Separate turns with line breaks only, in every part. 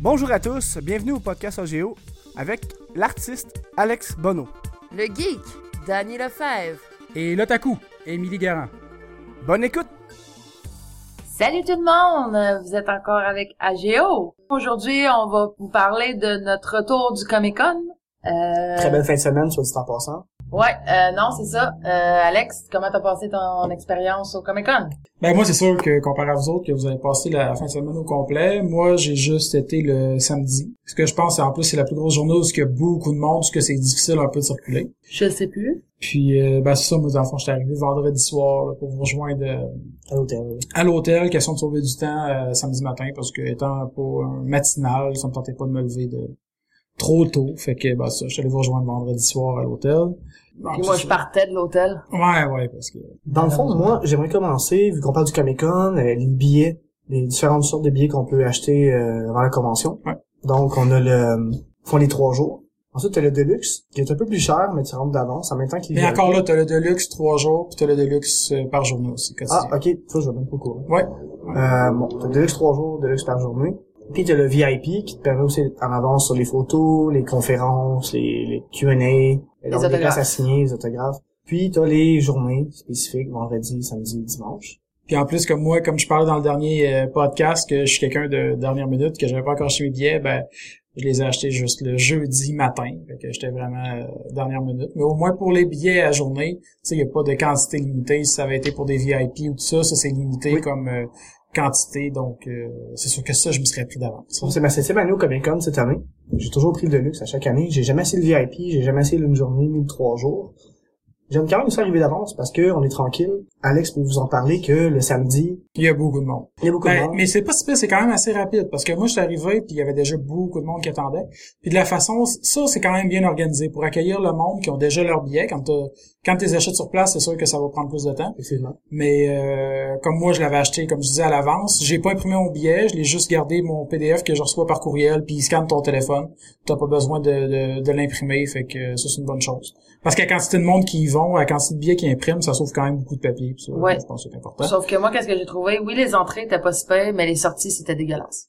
Bonjour à tous, bienvenue au podcast OGO avec l'artiste Alex Bonneau.
Le geek, Danny Lefebvre.
Et l'otaku, Émilie Garand.
Bonne écoute!
Salut tout le monde, vous êtes encore avec AGO. Aujourd'hui, on va vous parler de notre retour du Comic Con. Euh,
Très belle fin de semaine, soit dit en passant.
Ouais, euh, non, c'est ça. Euh, Alex, comment t'as passé ton expérience au Comic Con?
Ben moi, c'est sûr que comparé à vous autres, que vous avez passé la fin de semaine au complet. Moi, j'ai juste été le samedi. Ce que je pense, en plus, c'est la plus grosse journée où il y a beaucoup de monde, ce que c'est difficile un peu de circuler.
Je sais plus.
Puis, euh, ben c'est ça, moi, dans le fond, j'étais arrivé vendredi soir là, pour vous rejoindre euh,
à l'hôtel.
à l'hôtel, question de sauver du temps euh, samedi matin, parce que étant pas un matinal, ça me tentait pas de me lever de trop tôt. Fait que, ben ça, je suis allé vous rejoindre vendredi soir à l'hôtel. Ben,
Puis moi,
c'est
je
ça.
partais de l'hôtel.
Ouais, ouais, parce que...
Dans le
Euh,
fond, moi, j'aimerais commencer, vu qu'on parle du Comic-Con, euh, les billets, les différentes sortes de billets qu'on peut acheter euh, avant la convention.
Ouais.
Donc, on a le... font les trois jours. Ensuite, t'as le Deluxe, qui est un peu plus cher, mais tu rentres d'avance en même temps qu'il
Mais encore là, t'as le Deluxe trois jours, puis t'as le Deluxe euh, par journée aussi, quotidien.
Ah, ok, ça, je vais même pas au courant.
Ouais.
Euh, bon, t'as le Deluxe trois jours, Deluxe par journée. Puis t'as le VIP, qui te permet aussi d'être en avance sur les photos, les conférences, les, les Q&A, les
autographes.
places à signer, les autographes. Puis t'as les journées spécifiques, vendredi, samedi, dimanche.
Puis en plus, comme moi, comme je parlais dans le dernier euh, podcast, que je suis quelqu'un de dernière minute, que j'avais pas encore acheté mes billets, ben, je les ai achetés juste le jeudi matin. Fait que j'étais vraiment euh, dernière minute. Mais au moins pour les billets à journée, tu sais, il n'y a pas de quantité limitée. Si ça avait été pour des VIP ou tout ça, ça c'est limité
Oui.
comme euh, quantité. Donc, euh, c'est sûr que ça, je me serais pris d'avance.
C'est ma septième année au Comic Con cette année. J'ai toujours pris le Deluxe à chaque année. J'ai jamais essayé le VIP, j'ai jamais essayé une journée ni le trois jours. J'aime quand même ça arriver d'avance parce que on est tranquille. Alex peut vous en parler que le samedi,
Il y a beaucoup de monde.
il y a beaucoup
Ben,
de monde.
mais c'est pas si pire, c'est quand même assez rapide parce que moi je suis arrivé puis il y avait déjà beaucoup de monde qui attendait. Puis de la façon ça c'est quand même bien organisé pour accueillir le monde qui ont déjà leur billet quand t'as- quand tu les achètes sur place, c'est sûr que ça va prendre plus de temps.
Effectivement.
Mais euh, comme moi je l'avais acheté comme je disais à l'avance, j'ai pas imprimé mon billet, je l'ai juste gardé mon PDF que je reçois par courriel puis il scanne ton téléphone. T'as pas besoin de, de, de l'imprimer, fait que ça c'est une bonne chose. Parce qu'à quantité de monde qui y vont, à quantité de billets qui impriment, ça sauve quand même beaucoup de papier. puis ça,
Ouais.
Je pense que c'est important.
Sauf que moi, qu'est-ce que j'ai trouvé? Oui, les entrées étaient pas super, mais les sorties, c'était dégueulasse.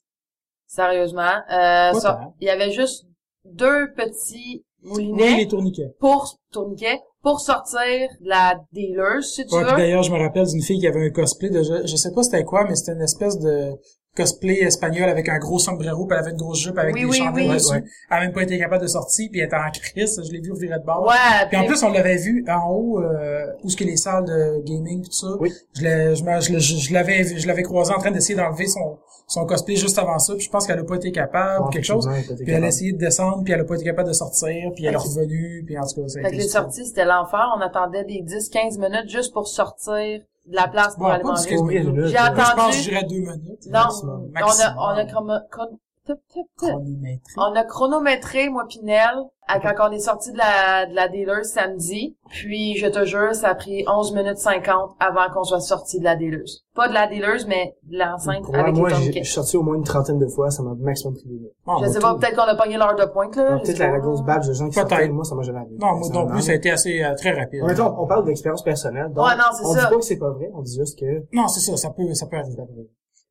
Sérieusement. Euh,
Pas
ça-
tant.
il y avait juste deux petits moulinets
Oui, les tourniquets.
pour tourniquet, pour sortir de la dealer, si tu
Ouais, puis
veux.
d'ailleurs, je me rappelle d'une fille qui avait un cosplay de, je, je sais pas c'était quoi, mais c'était une espèce de cosplay espagnol avec un gros sombrero, puis elle avait une grosse jupe avec
Oui,
des
oui,
chandelles
oui.
dessus. Elle a même pas été capable de sortir, puis elle était en crise, je l'ai vu au virer de bord.
Ouais,
Puis en
puis-
plus, on l'avait vu en haut, euh, où ce que les salles de gaming, tout ça.
Oui.
Je l'ai- je me- je l'ai- je l'avais, vu- je l'avais croisé en train d'essayer d'enlever son, son cosplay juste avant ça, puis je pense qu'elle a pas été capable,
Bon,
quelque chose.
effectivement, il peut être
Puis elle a
capable.
essayé de descendre, puis elle a pas été capable de sortir, puis elle est revenue, puis en tout cas, ça a
Fait que
été
les
super.
sorties, c'était l'enfer. On attendait des 10-15 minutes juste pour sortir de la place pour
Ouais,
aller
pas
manger.
10-15
Oui, elle est là,
J'ai
elle est là.
Je pense que
attendu.
j'irais deux minutes.
Non,
maximum.
on a,
Maximum.
on a chrono- chron- tup, tup, tup.
chronométré.
On a chronométré, moi Pinel, à quand on est sorti de la, de la dealer samedi. Puis, je te jure, ça a pris 11 minutes 50 avant qu'on soit sorti de la dealer. Pas de la dealer, mais de l'enceinte
Pour
avec
moi,
les
j'ai-
tourniquets.
je suis sorti au moins une trentaine de fois, ça m'a maximum pris des minutes.
Bon,
Je
bah,
sais pas,
tout.
peut-être qu'on a pogné l'heure de pointe, là. je sais
Peut-être la,
pas.
la grosse badge de gens qui
Peut-être.
sortaient, moi, ça m'a jamais arrivé.
Non, moi non plus, ça a
c'est...
été assez euh, très rapide.
on, on parle d'expérience personnelle, donc
Ouais, non, c'est
on
ça.
dit pas que c'est pas vrai, on dit juste que...
Non, c'est ça, ça peut, ça peut arriver.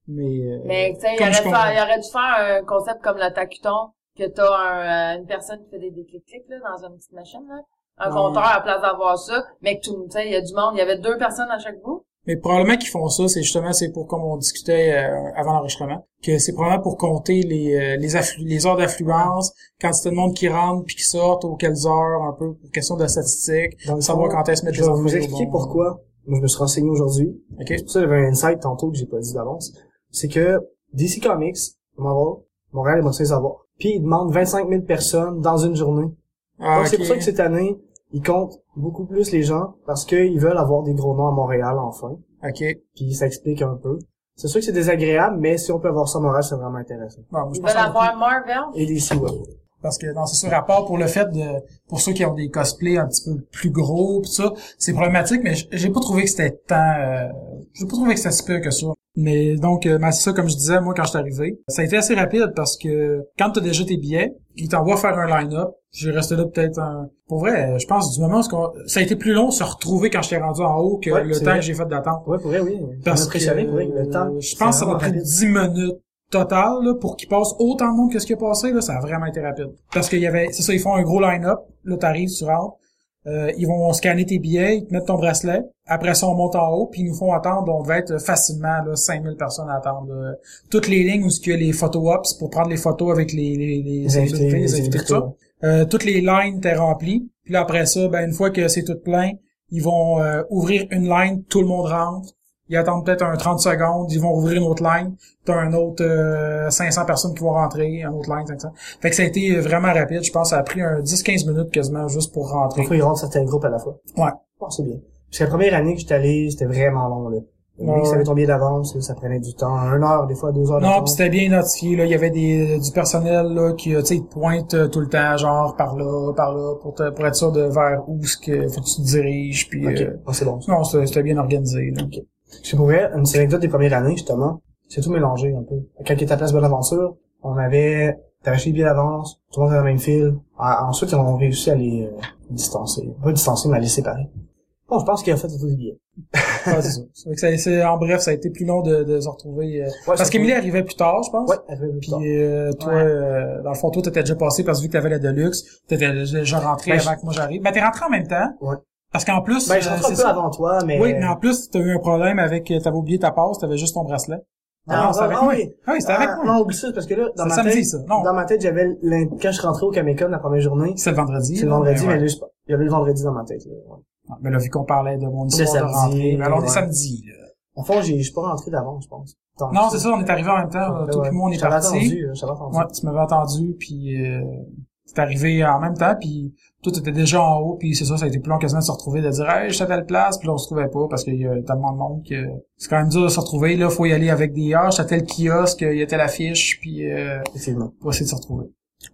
Mais, euh,
Mais tu sais, il
comme
aurait,
je
dû faire-
comprends.
il aurait dû faire un concept comme le tacuton, que t'as un, euh, une personne qui fait des, des clics-clics là, dans une petite machine, là. un
Ah, Ouais.
compteur à la place d'avoir ça, mais que tout tu sais, il y a du monde, il y avait deux personnes à chaque bout.
Mais probablement qu'ils font ça, c'est justement, c'est pour, comme on discutait euh, avant l'enregistrement, que c'est probablement pour compter les, euh, les, afflu- les heures d'affluence, quantité de monde qui rentre puis qui sortent, aux quelles heures, un peu, pour question de statistique,
Dans le
savoir
fond,
quand est-ce que
Je vais vous expliquer pourquoi moi, je me suis renseigné aujourd'hui.
OK?
C'est pour ça que j'avais un insight tantôt que j'ai pas dit d'avance. C'est que DC Comics, Marvel, Montréal aimerait ça les avoir. Puis ils demandent 25 000 personnes dans une journée.
Ah,
Donc c'est pour
ok.
ça que cette année, ils comptent beaucoup plus les gens parce qu'ils veulent avoir des gros noms à Montréal enfin.
OK.
Puis ça explique un peu. C'est sûr que c'est désagréable, mais si on peut avoir ça à Montréal, c'est vraiment intéressant.
Bon, moi, je
Ils
pense
veulent
qu'on va-
avoir Marvel.
Et hein. DC, ouais.
Parce que dans ce rapport pour le fait de pour ceux qui ont des cosplays un petit peu plus gros pis ça, c'est problématique, mais j- j'ai pas trouvé que c'était tant euh, j'ai pas trouvé que c'était si pire que ça. Mais donc, euh, ben, c'est ça, comme je disais, moi, quand je suis arrivé, ça a été assez rapide parce que quand t'as déjà tes billets, ils t'envoient faire un line-up. J'ai resté là peut-être un... Pour vrai, euh, je pense du moment où ce qu'on- ça a été plus long de se retrouver quand j'étais rendu en haut que
Ouais,
le
c'est
temps
vrai.
que j'ai fait d'attente.
Ouais, pour vrai, oui.
Parce
impressionné,
que,
pour vrai, le temps.
Je pense que ça m'a
vraiment
pris
rapide.
10 minutes total là, pour qu'il passe autant de monde que ce qui est passé, là, ça a vraiment été rapide. Parce qu'il y avait, c'est ça, ils font un gros line-up, là, t'arrives, tu rentres, euh, ils vont scanner tes billets, ils te mettent ton bracelet, après ça, on monte en haut, puis ils nous font attendre, on devait être facilement là, 5000 personnes à attendre. là. Toutes les lignes où il y a les photo-ops pour prendre les photos avec les, les, les,
Les invités,
les
les
invités, tout ça.
invités,
Euh, toutes les lines étaient remplies. Puis là, après ça, ben, une fois que c'est tout plein, ils vont euh, ouvrir une line, tout le monde rentre. Ils attendent peut-être un 30 secondes, ils vont ouvrir une autre line. T'as un autre euh, 500 personnes qui vont rentrer, un autre line, 500. Fait que ça a été euh, vraiment rapide. Je pense que ça a pris un 10-15 minutes quasiment juste pour rentrer.
Parfois, ils rentrent certains groupes à la fois.
Ouais.
Ouais, Ah, c'est bien. Parce que la première année que j'étais allé, c'était vraiment long, là. Le
Ouais,
mec
Ah ouais.
savait tomber d'avance, là, ça prenait du temps. Une heure, des fois, deux heures
Non,
d'attente.
puis c'était bien identifié. Là. Il y avait des, euh, du personnel là, qui euh, tu sais, te pointe euh, tout le temps, genre par là, par là, pour, te, pour être sûr de vers où ce que, faut que tu te diriges. Puis,
Ok,
euh,
Ah, c'est bon. ça.
non, c'était c'était bien organisé. Là.
C'est pour vrai, une petite anecdote des premières années, justement, c'est tout mélangé un peu. Quand il était à Place Bonaventure, on avait, t'avais acheté les billets d'avance, tout le monde avait la même file. Ah, Ensuite, ils ont réussi à les euh, distancer. Pas distancer, mais à les séparer. Bon, je pense qu'il a fait tous les billets.
Ouais, c'est ça. Ça fait que ça- c'est- en bref, ça a été plus long de, de se retrouver. euh, parce
ça
qu'Emilie arrivait plus tard, je pense.
Ouais, elle avait plus
Puis
tard.
euh, toi,
Ouais.
euh, dans le fond, toi, t'étais déjà passé parce que vu que t'avais la Deluxe, t'étais déjà rentré
Ben, je-
avant que moi j'arrive. Ben, t'es rentré en même temps.
Ouais.
Parce qu'en plus...
Ben, je
euh,
rentre un
c'est
peu
ça.
avant toi, mais...
Oui, mais en plus, t'as eu un problème avec... euh, T'avais oublié ta passe, t'avais juste ton bracelet.
Ah,
c'était avec
ah,
moi.
oui.
Ah oui, c'était avec
Ah,
moi.
Non, oublie ça, c'est parce que là, dans
C'est
ma
samedi,
tête,
ça. Non.
dans ma tête, j'avais, l'in- quand je suis rentré au Comic-Con la première journée,
C'est le vendredi.
c'est le
là,
vendredi,
mais
mais
ouais.
là, je- il y avait le vendredi dans ma tête, là. ouais.
Ah, Mais là, vu qu'on parlait de mon
Le
histoire de
samedi,
rentrée... Ben, alors, on est
ouais.
samedi, là.
En fond, j'ai- je suis pas rentré d'avant, je pense. Tant
Non,
que
c'est ça, on est arrivé en même temps.
Ouais,
Tout
ouais.
le monde est
Je t'avais
parti.
attendu, euh, je t'avais attendu.
Ouais, tu m'avais entendu, puis euh, c'est arrivé en même temps, puis toi, t'étais déjà en haut, puis c'est ça, ça a été plus long quasiment de se retrouver, de dire « Hey, j'étais à telle place », puis là, on se trouvait pas, parce qu'il y a tellement de monde que c'est quand même dur de se retrouver, là, faut y aller avec des « Ah, j'étais à tel kiosque, il y a telle affiche », puis euh,
Effectivement.
pour essayer de se retrouver.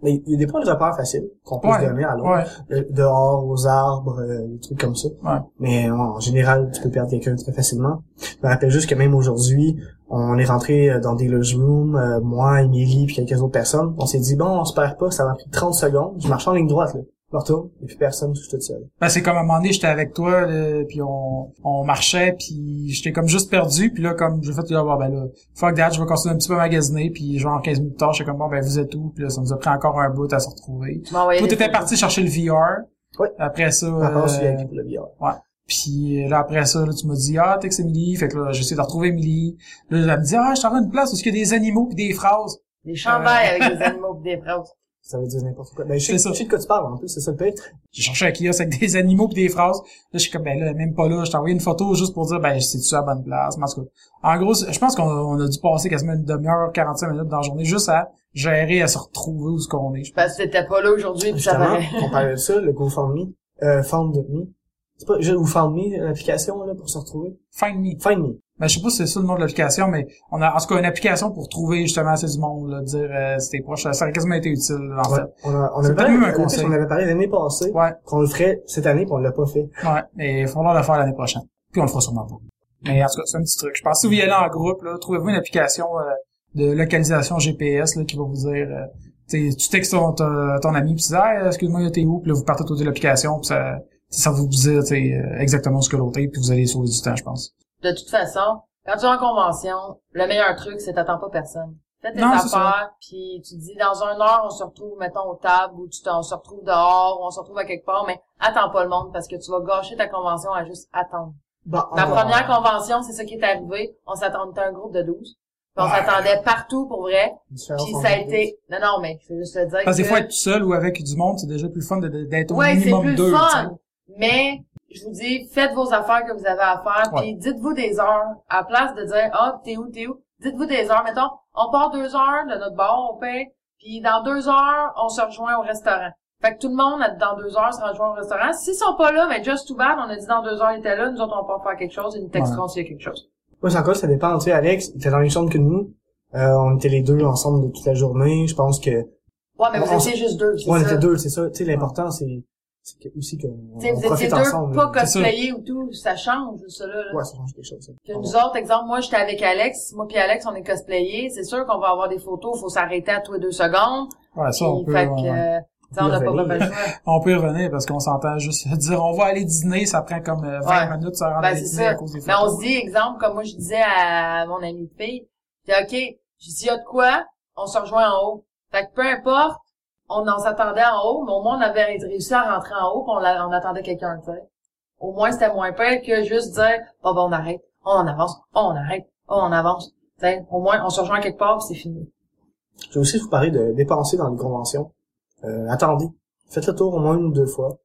Mais il y a des points de repère faciles qu'on peut
Ouais,
se donner à l'autre.
ouais,
Euh, Dehors, aux arbres, euh, des trucs comme ça.
Ouais.
Mais en en général, tu peux perdre quelqu'un très facilement. Je me rappelle juste que même aujourd'hui, on est rentré euh, dans des lodge rooms, euh, moi, Émilie, puis quelques autres personnes. On s'est dit, bon, on se perd pas, ça m'a pris 30 secondes. Je marche en ligne droite, là. Je me retourne, et puis personne, je suis toute seule.
Ben, c'est comme à un moment donné, j'étais avec toi, là, puis on, on marchait, puis j'étais comme juste perdu, puis là, comme, j'ai fait, ah, bon, ben là, fuck that, je vais continuer un petit peu à magasiner, puis genre 15 minutes plus tard, j'étais comme, bon, ben vous êtes où, puis là, ça nous a pris encore un bout à se retrouver.
Tu m'as envoyé
Toi,
des
t'étais
photos.
parti chercher le VR.
Ben, Ouais. Ah,
Après ça,
Par rapport au
euh,
VIP pour le billard.
puis là, après ça, là, tu m'as dit, ah, t'es que c'est Emily. Fait que là, j'essaie de retrouver Emily. Là, elle me dit, ah, je t'en une place où il y a des animaux puis des phrases.
Des chandails avec des animaux pis des phrases.
Ça veut dire n'importe quoi. Ben, je sais,
C'est
je
ça.
sais de quoi tu parles, en plus, c'est ça le pire.
J'ai cherché un kiosque avec des animaux puis des phrases. Là, je suis comme, ben là, même pas là. Je t'ai envoyé une photo juste pour dire, ben, c'est-tu à la bonne place? Mais En tout cas, en gros, je pense qu'on on a dû passer quasiment une demi-heure, 45 minutes dans la journée juste à gérer, à se retrouver où ce qu'on est. Je pense.
Parce que t'étais pas là aujourd'hui pis ça
Justement,
paraît.
on parlait de ça, le GoFundMe, euh, FoundMe. C'est pas, je- ou FoundMe, l'application, là, pour se retrouver.
Find me.
Find Me.
Ben, je sais pas si c'est ça le nom de l'application, mais on a en tout cas une application pour trouver justement assez du monde, là, dire euh, si t'es proche. Ça aurait quasiment été utile, là, en
Ouais.
fait.
On, a, on,
C'est
avait parlé,
peut-être même un
le pire,
conseil.
c'est qu'on avait parlé l'année passée
Ouais,
qu'on le ferait cette année, puis on l'a pas fait.
ouais. Mais il faudra le faire l'année prochaine. Puis on le fera sûrement pas. Mais en tout cas, c'est un petit truc. Je pense que si vous y allez en groupe, là, trouvez-vous une application euh, de localisation GPS là, qui va vous dire euh, tu sais, tu textes ton, ton, ton ami puis tu dis hey, excuse-moi, t'es où? Puis là, vous partez autour de l'application, puis ça, ça va vous dire tu sais, euh, exactement ce que l'autre est, puis vous allez sauver du temps, je pense.
De toute façon, quand tu es en convention, le meilleur truc, c'est t'attends pas personne. Fais tes
Non, c'est
affaires, puis tu te dis dans une heure, on se retrouve, mettons, aux tables, ou tu t'en- on se retrouve dehors, ou on se retrouve à quelque part, mais attends pas le monde parce que tu vas gâcher ta convention à juste attendre.
Bon,
Ah
La
on-
première convention, c'est ça qui est arrivé. On s'attendait à un groupe de 12. Puis on
Ouais.
s'attendait partout pour vrai.
différence
Puis
entre
ça a
les deux.
été. Non, non, mais je veux juste te dire.
Parce que des
que-
fois, être tout seul ou avec du monde, c'est déjà plus le fun de- de- d'être au
Ouais, c'est
minimum
plus
deux.
le
tu sais.
fun. Mais je vous dis, faites vos affaires que vous avez à faire,
Ouais.
puis dites-vous des heures. À place de dire Ah, t'es où, t'es où dites-vous des heures. Mettons, on part deux heures de notre bar, on paye, puis dans deux heures, on se rejoint au restaurant. Fait que tout le monde, dans deux heures, se rejoint au restaurant. S'ils sont pas là, mais just too bad, on a dit dans deux heures, ils étaient là, nous autres, on part faire quelque chose, ils nous texteront s'il y a quelque chose.
Moi, c'est encore, ça dépend. Tu sais, Alex, il était dans les chambres que nous. Euh, on était les deux ensemble de toute la journée. Je pense que... Ouais,
Ouais, mais vous
On-
étiez juste deux, c'est
on
ça.
était deux, c'est ça. Tu sais, l'important, c'est c'est que- aussi qu'on on
Tu sais, vous étiez
profite
deux,
ensemble.
pas
là.
C'est
cosplayés ou tout, ça change, ça, là. là.
Ouais, ça change quelque chose. ça.
Que nous autres, exemple, moi, j'étais avec Alex. Moi puis Alex, on est cosplayés. C'est sûr qu'on va avoir des photos. faut s'arrêter à tous les deux secondes.
Ouais, ça, on
Puis,
peut,
fait que,
ouais, ouais.
euh, ça, on n'a pas
Bienvenue.
pas le choix.
on peut y revenir parce qu'on s'entend juste dire on va aller dîner, ça prend comme euh, 20
Ouais.
minutes, ça rend
Ben,
aller
c'est
dîner
ça.
à cause des
Mais on
photos.
se dit, exemple, comme moi, je disais à mon amie de fille, c'est OK, J'ai dit, y a de quoi? On se rejoint en haut. Fait que peu importe, on en s'attendait en haut, mais au moins on avait réussi à rentrer en haut, puis on, l'a- on attendait quelqu'un, tu sais. Au moins c'était moins pire que juste dire, bon ben on arrête, on avance, on arrête, on avance. Tu sais, au moins on se rejoint quelque part, puis c'est fini.
Je vais aussi vous parler de dépenser dans les conventions. Euh, attendez. Faites le tour au moins une ou deux fois.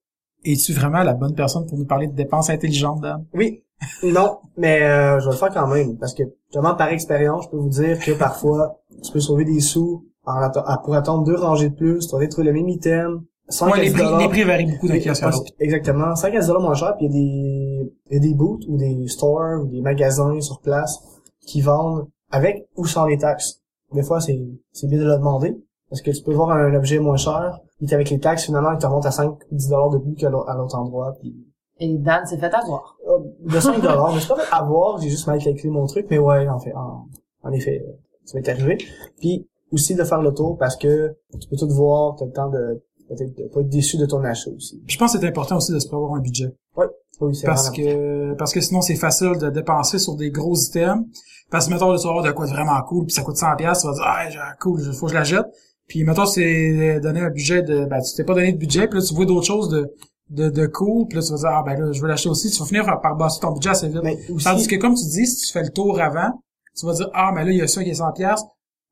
Es-tu vraiment la bonne personne pour nous parler de dépenses intelligentes, Dan?
Oui. Non, mais euh, je vais le faire quand même, parce que justement par expérience, je peux vous dire que parfois, tu peux sauver des sous en atta- à- pour attendre deux rangées de plus, tu vas trouver le même item, sans
Ouais, les, prix, les prix varient beaucoup d'un kiosque à l'autre.
Exactement. 5 à 10 dollars moins cher, puis il y, a des- il y a des booths ou des stores ou des magasins sur place qui vendent avec ou sans les taxes. Des fois, c'est c'est bien de le demander, parce que tu peux voir un objet moins cher, il est avec les taxes, finalement, il te remonte à 5 ou 10 dollars de plus qu'à l'au- à l'autre endroit, puis
Et Dan s'est fait avoir.
euh, de 5 dollars. Je sais pas fait avoir, j'ai juste mal calculé mon truc, mais ouais, en fait, en, en effet, euh, ça m'est arrivé. Puis aussi de faire le tour parce que tu peux tout voir, t'as le temps de peut-être de pas être déçu de ton achat aussi.
Puis je pense que c'est important aussi de se prévoir un budget.
Oui, c'est
parce
vraiment-
que parce que sinon c'est facile de dépenser sur des gros items parce que mettons le soir de quoi de vraiment cool puis ça coûte 100 pièces tu vas dire ah j'ai- cool je- faut que je la jette puis mettons c'est donner un budget de ben tu t'es pas donné de budget puis là tu vois d'autres choses de de, de cool puis là tu vas dire ah ben là je veux l'acheter aussi tu vas finir par, par bosser ton budget assez vite
Mais aussi,
tandis que comme tu dis si tu fais le tour avant tu vas dire ah mais là il y a ça qui est 100 pièces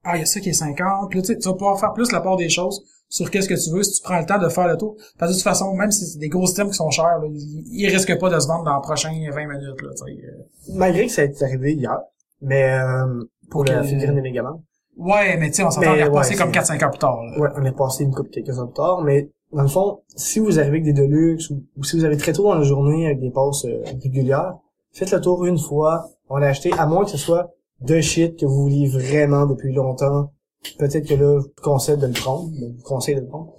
ah il y a ça qui est 50 Puis là, tu sais, tu vas pouvoir faire plus la part des choses sur qu'est-ce que tu veux si tu prends le temps de faire le tour. Parce que de toute façon, même si c'est des gros items qui sont chers, là, ils, ils risquent pas de se vendre dans les prochaines 20 minutes. Là, tu sais. Euh,
malgré que ça ait arrivé hier, mais euh,
Pour
pour la
que-
figurine des Megaman,
ouais, mais tu sais, on s'attend à
Mais
y repasser
ouais,
comme
c'est-
4-5 heures plus tard. là.
ouais, on est passé une coupe quelques heures plus tard, mais dans le fond, si vous arrivez avec des deluxe ou, ou si vous avez très tôt dans la journée avec des passes euh, régulières, faites le tour une fois, on l'a acheté, à moins que ce soit de shit que vous vouliez vraiment depuis longtemps. Peut-être que là, je vous conseille de le prendre, mais je vous conseille de le prendre.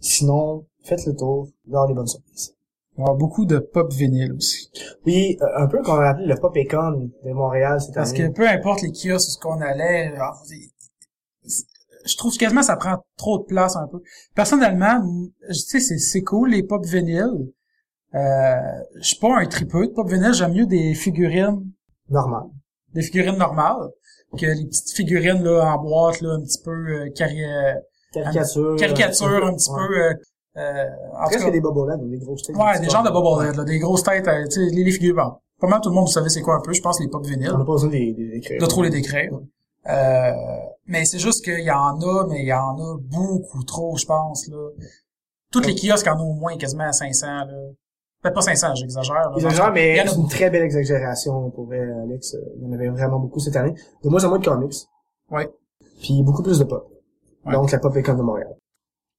Sinon, faites le tour, dans les bonnes surprises.
Il va y avoir beaucoup de pop vinyle aussi.
Puis, euh, un peu comme on a appelé le Pop Econ de Montréal cette
Parce que
année.
peu importe les kiosques où ce qu'on allait, ah, c'est- je trouve quasiment que ça prend trop de place un peu. Personnellement, m- je- tu sais, c'est- c'est cool les pop vinyles. Euh, je suis pas un tripeux de pop vinyle, j'aime mieux des figurines
Normal.
des figurines normales que les petites figurines là en boîte là un petit peu euh, cari- euh,
Caricature.
caricature un petit
ouais.
peu euh, euh, en tout
Presque
cas,
des bobolades, des grosses têtes.
ouais des genres de bobblehead là des grosses têtes euh, tu sais les, les figures bon, pas mal tout le monde savait c'est quoi un peu je pense les pop vinyles
On n'a pas besoin des, des, d'écrire.
hein. de trop les décrire euh, mais c'est juste qu'il y en a mais il y en a beaucoup trop je pense là toutes les kiosques en ont au moins quasiment 500 là peut-être pas 500 j'exagère là.
Ils exagèrent,
Il
mais
y en a
c'est une
beaucoup.
très belle exagération pour vrai, Alex. Euh, Il y en avait vraiment beaucoup cette année. De moins en moins de comics.
Ouais.
Puis beaucoup plus de pop.
Ouais.
Donc la pop école de Montréal.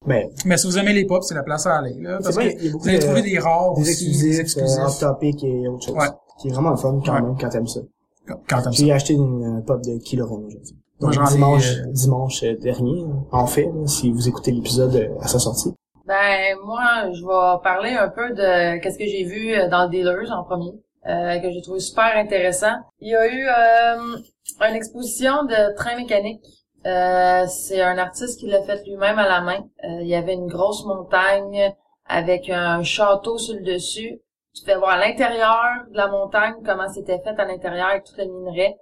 Mais
mais si vous aimez les pop c'est la place à aller là
C'est
parce
vrai,
que
il y a beaucoup
vous allez
de-
trouver des rares
des
aussi des
exclusifs,
exclusifs
euh, off-topic et autre chose.
Ouais.
Qui est vraiment le fun quand
Ouais.
même quand t'aimes ça.
quand t'aimes ça.
J'ai acheté une euh, pop de Kilo Ren aujourd'hui.
Moi,
Donc
j'en ai,
dimanche,
euh,
dimanche euh, dernier, en fait, là, si vous écoutez l'épisode euh, à sa sortie.
Ben moi, je vais parler un peu de qu'est-ce que j'ai vu euh, dans le dealers en premier, euh, que j'ai trouvé super intéressant. Il y a eu euh, une exposition de train mécanique. Euh, c'est un artiste qui l'a fait lui-même à la main. Euh, il y avait une grosse montagne avec un château sur le dessus. Tu pouvais voir l'intérieur de la montagne, comment c'était fait à l'intérieur avec tout le minerai.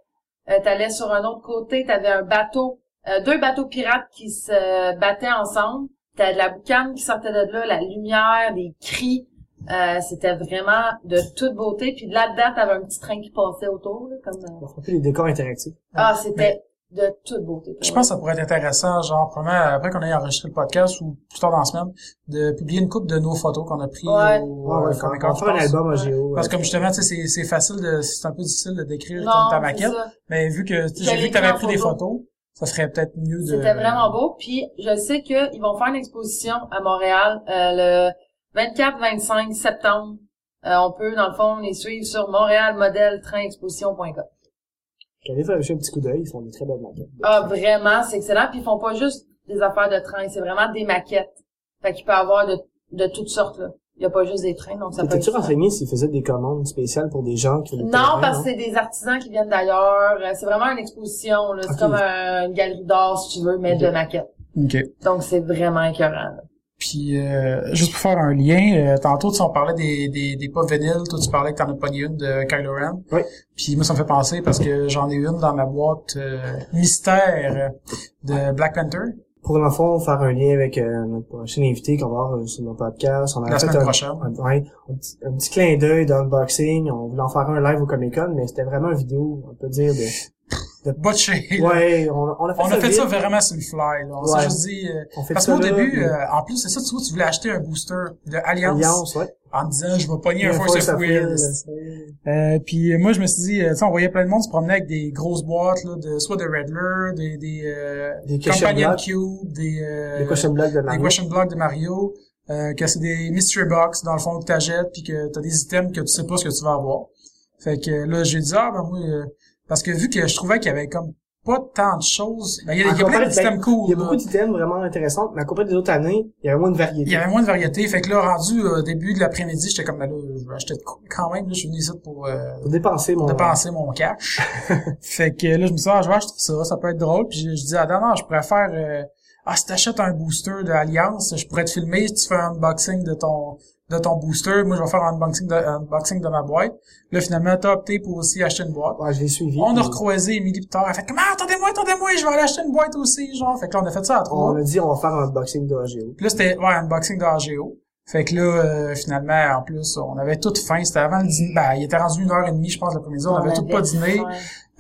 Euh, t'allais sur un autre côté, t'avais un bateau, euh, deux bateaux pirates qui se battaient ensemble. T'as de la boucane qui sortait de là, la lumière, des cris. Euh, c'était vraiment de toute beauté. Puis là-dedans, t'avais un petit train qui passait autour. là, comme, euh,
On fera plus les décors interactifs.
Ah, c'était de toute beauté.
Je pense que ça pourrait être intéressant, genre, probablement après qu'on ait enregistré le podcast ou plus tard dans la semaine, de publier une couple de nos photos qu'on a prises
Ouais.
au
Ouais, ouais,
euh,
quand,
Comic-Con,
on
je
fera un
pense.
album à Géo. euh,
Parce que comme justement, tu sais, c'est- c'est facile de, c'est un peu difficile de décrire
non,
comme ta
c'est
maquette,
ça.
mais vu que tu sais,
Qu'elle
j'ai vu que
est
t'avais
en
pris des
photo.
photos, ça serait peut-être mieux de...
C'était vraiment beau. Puis je sais qu'ils vont faire une exposition à Montréal euh, le 24-25 septembre. Euh, on peut, dans le fond, les suivre sur montréalmodeltrainexposition.com.
Allez faire un petit coup d'œil, ils font des très belles maquettes.
Ah, vraiment, c'est excellent. Puis ils font pas juste des affaires de train, c'est vraiment des maquettes. Fait qu'il peut y avoir de, de toutes sortes, là. Il y a pas juste des trains, donc ça peut
T'étais-tu
être...
renseigné s'ils faisaient des commandes spéciales pour des gens qui...
Non, parce que c'est des artisans qui viennent d'ailleurs. Euh, C'est vraiment une exposition, là. C'est
Ok.
comme un- une galerie d'art, si tu veux, mais
Ok.
de maquettes.
OK.
Donc c'est vraiment écœurant, là.
Puis euh, juste pour faire un lien, euh, tantôt tu sais, on parlait des, des, des pop vinyles, toi tu parlais que t'en as pogné une de Kylo Ren.
Oui.
Puis moi ça me fait penser parce que j'en ai une dans ma boîte euh, mystère euh, de Black Panther
Pour l'enfant, faire un lien avec euh, notre prochain invité qu'on va avoir euh, sur nos podcasts. On a
la
fait
semaine
un-
prochaine.
un, ouais, un petit, un petit clin d'œil d'unboxing. On voulait en faire un live au Comic Con, mais c'était vraiment une vidéo, on peut dire, de...
Botché.
Ouais, on, on a fait
On
ça
a fait
vite.
ça vraiment sur le fly. Là. On s'est
Ouais.
juste dit. euh,
On fait
parce
ça
qu'au
là,
début,
mais-
euh, en plus c'est ça, tu vois, tu voulais acheter un booster de Alliance,
Alliance, ouais.
en me disant je vais pogner un
Une
Force of Will.
Will.
Euh, puis euh, moi je me suis dit, euh, tu sais, on voyait plein de monde se promener avec des grosses boîtes là, de soit de Redler, des des, euh,
Des question
Companion
blocks.
Cube, des euh,
Les question blocks de
des
Mario.
question blocks de Mario, euh, que c'est des mystery box dans le fond que t'achètes puis que t'as des items que tu sais pas ce que tu vas avoir. Fait que euh, là j'ai dit ah ben moi euh, parce que vu que je trouvais qu'il y avait comme pas tant de choses, ben, il y a, il y a
En
plein
comparaison-
d'items cool.
Il y a
là.
beaucoup d'items vraiment intéressants, mais comparé des autres années, il y avait moins de variété.
Il y avait moins de variété. Fait que là rendu euh, début de l'après-midi, j'étais comme ben là je vais acheter de quoi quand même là, je suis venu ici pour euh,
Pour dépenser, mon...
dépenser mon cash. fait que là, je me suis dit, ah, je vais acheter ça, ça peut être drôle. Puis je, je dis, ah non, non, je pourrais faire... euh, ah, si t'achètes un booster de Alliance, je pourrais te filmer, si tu fais un unboxing de ton de ton booster, moi je vais faire un unboxing de, un unboxing de ma boîte. Là, finalement, t'as opté pour aussi acheter une boîte.
Ouais, je l'ai suivi.
On a
puis
recroisé Émilie plus tard, elle fait comme, ah, attendez-moi, attendez-moi, je vais aller acheter une boîte aussi, genre. Fait que là, on a fait ça à trois.
On a dit, on va faire un unboxing de AGO.
Puis là, c'était ouais, unboxing de AGO. Fait que là, euh, finalement, en plus, on avait toute faim. C'était avant le dîner. Ben, il était rendu une heure et demie, je pense, l'après-midi. On, avait tout pas dîné.
faim.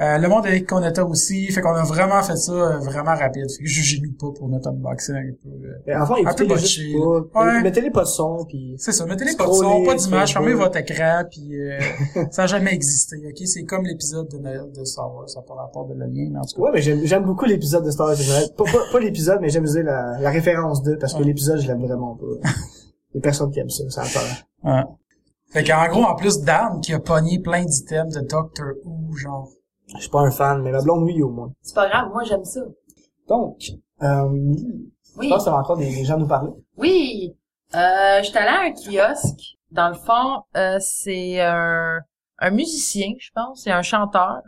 Euh, le monde avec qu'on était aussi. Fait qu'on a vraiment fait ça euh, vraiment rapide. Fait que jugez-nous pas pour notre unboxing. un peu, euh.
Mais avant, écoutez les
peu
juste
botché,
pas.
là. Ouais.
Mettez-les pas de son, puis...
C'est ça, mettez-les pas de son,
Scrollez,
pas d'image,
Facebook.
fermez votre écran, puis euh, ça n'a jamais existé, ok? C'est comme l'épisode de Noël de Star Wars, ça n'a pas rapport de le lien, mais en tout cas.
Ouais, mais j'aime j'aime beaucoup l'épisode de Star Wars. Noël. Pas, pas, pas l'épisode, mais j'aime dire la, la référence d'eux, parce que
Ouais.
l'épisode, je l'aime vraiment pas. Les personnes qui aiment ça, ça a peur.
Ouais. Fait qu'en gros, en plus, Dan qui a pogné plein d'items de Doctor Who, genre.
Je suis pas un fan, mais ma blonde, oui, au moins.
C'est pas grave, moi j'aime ça.
Donc, euh, je
Oui.
pense que ça va encore des, des gens nous parler.
Oui. Euh, j'étais allée à un kiosque. Dans le fond, euh, c'est un, un musicien, je pense, c'est un chanteur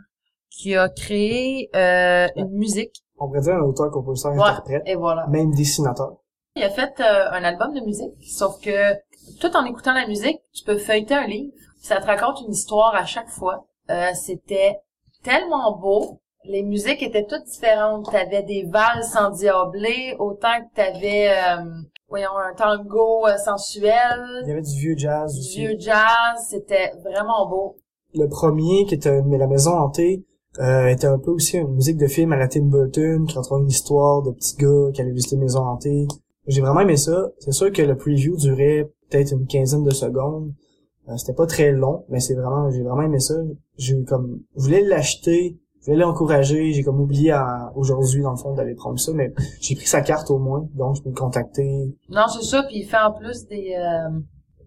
qui a créé euh, une musique.
On pourrait dire un auteur, compositeur,
Ouais.
interprète,
Et voilà.
même dessinateur.
Il a fait euh, un album de musique, sauf que tout en écoutant la musique, tu peux feuilleter un livre. Ça te raconte une histoire à chaque fois. Euh, C'était tellement beau. Les musiques étaient toutes différentes. T'avais des valses endiablées, autant que t'avais, euh, voyons, un tango euh,
Il
sensuel,
y avait du vieux jazz
du
aussi.
vieux jazz. C'était vraiment beau.
Le premier, qui était un- mais la maison hantée, euh, était un peu aussi une musique de film à la Tim Burton, qui racontait une histoire de petits gars qui allaient visiter une maison hantée. J'ai vraiment aimé ça. C'est sûr que le preview durait peut-être une quinzaine de secondes. Euh, c'était pas très long, mais c'est vraiment, j'ai vraiment aimé ça. J'ai eu comme, je voulais l'acheter, je voulais l'encourager. J'ai comme oublié à- aujourd'hui, dans le fond, d'aller prendre ça, mais j'ai pris sa carte au moins, donc je peux le contacter.
Non, c'est ça. Puis il fait en plus des, euh,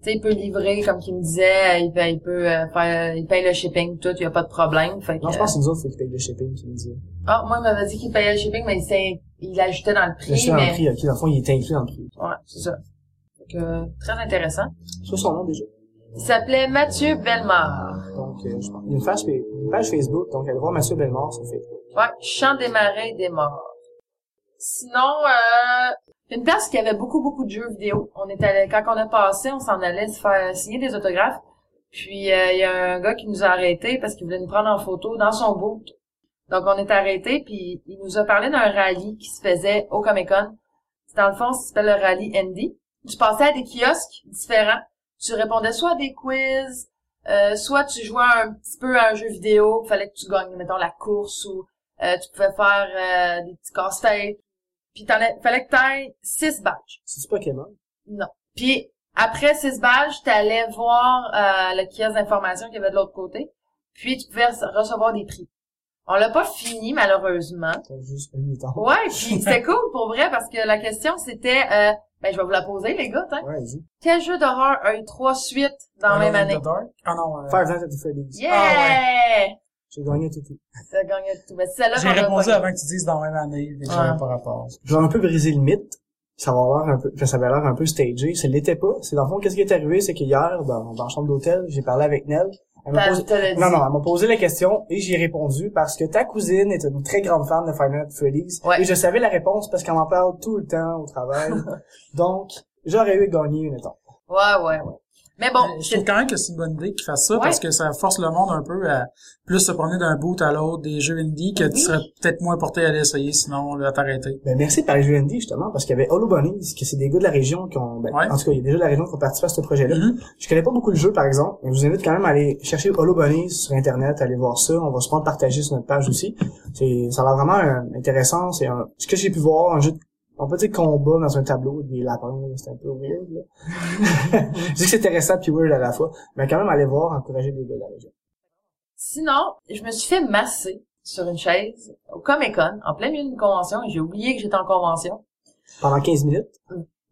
tu sais, il peut livrer, comme qu'il me disait. Il paye, il peut euh, faire, il paye le shipping, tout. Il y a pas de problème. Fait
Non, je
que-
pense que c'est nous autres qui payent le shipping, qui me dit.
Ah, moi, il m'avait dit qu'il payait le shipping, mais il, s'est- il ajoutait dans le prix.
Le shipping dans
mais...
le prix, ok, dans le fond, il était inclus dans le prix.
Ouais, c'est ça. Donc, euh, très intéressant.
C'est quoi son nom déjà?
Il s'appelait Mathieu Bellemare.
Donc, euh, je pense- il y a une page, fa- une page Facebook, donc allez voir Mathieu Bellemare sur Facebook.
Ouais, chant des marais et des morts. Sinon, euh, une place qui avait beaucoup, beaucoup de jeux vidéo. On est allé, quand on a passé, on s'en allait se faire signer des autographes. Puis, euh, il y a un gars qui nous a arrêtés parce qu'il voulait nous prendre en photo dans son boot. Donc, on est arrêtés, puis il nous a parlé d'un rallye qui se faisait au Comic-Con. Dans le fond, ça s'appelle le rallye Andy. Tu passais à des kiosques différents. Tu répondais soit à des quiz, euh, soit tu jouais un petit peu à un jeu vidéo. Fallait que tu gagnes, mettons, la course ou euh, tu pouvais faire euh, des petits casse-têtes. Puis t'en as- fallait que t'ailles six badges.
C'est-tu Pokémon?
Puis après six badges, t'allais voir euh, le kiosque d'information qu'il y avait de l'autre côté. Puis tu pouvais rece- recevoir des prix. On l'a pas fini malheureusement.
T'as juste une mi-temps.
Ouais, puis c'était cool pour vrai parce que la question c'était, euh, ben je vais vous la poser les gars. Hein.
Ouais, vas-y.
Quel jeu d'horreur a eu trois suites dans la
Alone
même
in the
année?
Dark. Ah non, euh,
Five Nights at Freddy's.
Yeah!
Ah
J'ai gagné tout tout.
T'as gagné tout. Ben, c'est celle-là
j'ai
qu'on a
répondu
pas-
avant que tu dises dans la même année, mais que j'avais
Ouais.
pas rapport. Euh,
Je vais un peu briser le mythe. Ça va avoir l'air un peu, que ça avait l'air un peu stagé. Ça l'était pas. C'est dans le fond, qu'est-ce qui est arrivé, c'est qu'hier, dans, dans la chambre d'hôtel, j'ai parlé avec Nell. Elle m'a
T'as-
posé,
t'as le dit.
non, non, elle m'a posé la question et j'y ai répondu parce que ta cousine est une très grande fan de Five Nights at Freddy's.
Ouais.
Et je savais la réponse parce qu'elle en parle tout le temps au travail. Donc, J'aurais eu gagné une étape.
Ouais, ouais, ouais. Mais bon,
Mais Euh, je
c'est
trouve quand même que c'est une bonne idée qu'ils fassent ça
Ouais.
parce que ça force le monde un peu à plus se promener d'un bout à l'autre des jeux indie que tu
Oui.
serais peut-être moins porté à l'essayer sinon là, à t'arrêter.
Ben, merci par les Andy, justement, parce qu'il y avait Hollow Bunnies, que c'est des gars de la région qui ont, ben,
Ouais.
en tout cas, il y a déjà de la région qui ont participé à ce projet-là.
Mm-hmm.
Mhm.
Je connais pas beaucoup le jeu, par exemple, mais je vous invite quand même à aller chercher Hollow Bunnies sur Internet, aller voir ça. On va se prendre partager sur notre page aussi. C'est, ça a l'air vraiment euh, intéressant. C'est un, ce que j'ai pu voir, un jeu de, on peut dire combat dans un tableau, des lapins, là, c'est un peu weird, là. je dis que c'est intéressant puis weird à la fois, mais quand même aller voir, encourager les gars de la région.
sinon, je me suis fait masser sur une chaise au Comic Con, en plein milieu d'une convention, et j'ai oublié que j'étais en convention.
Pendant 15 minutes,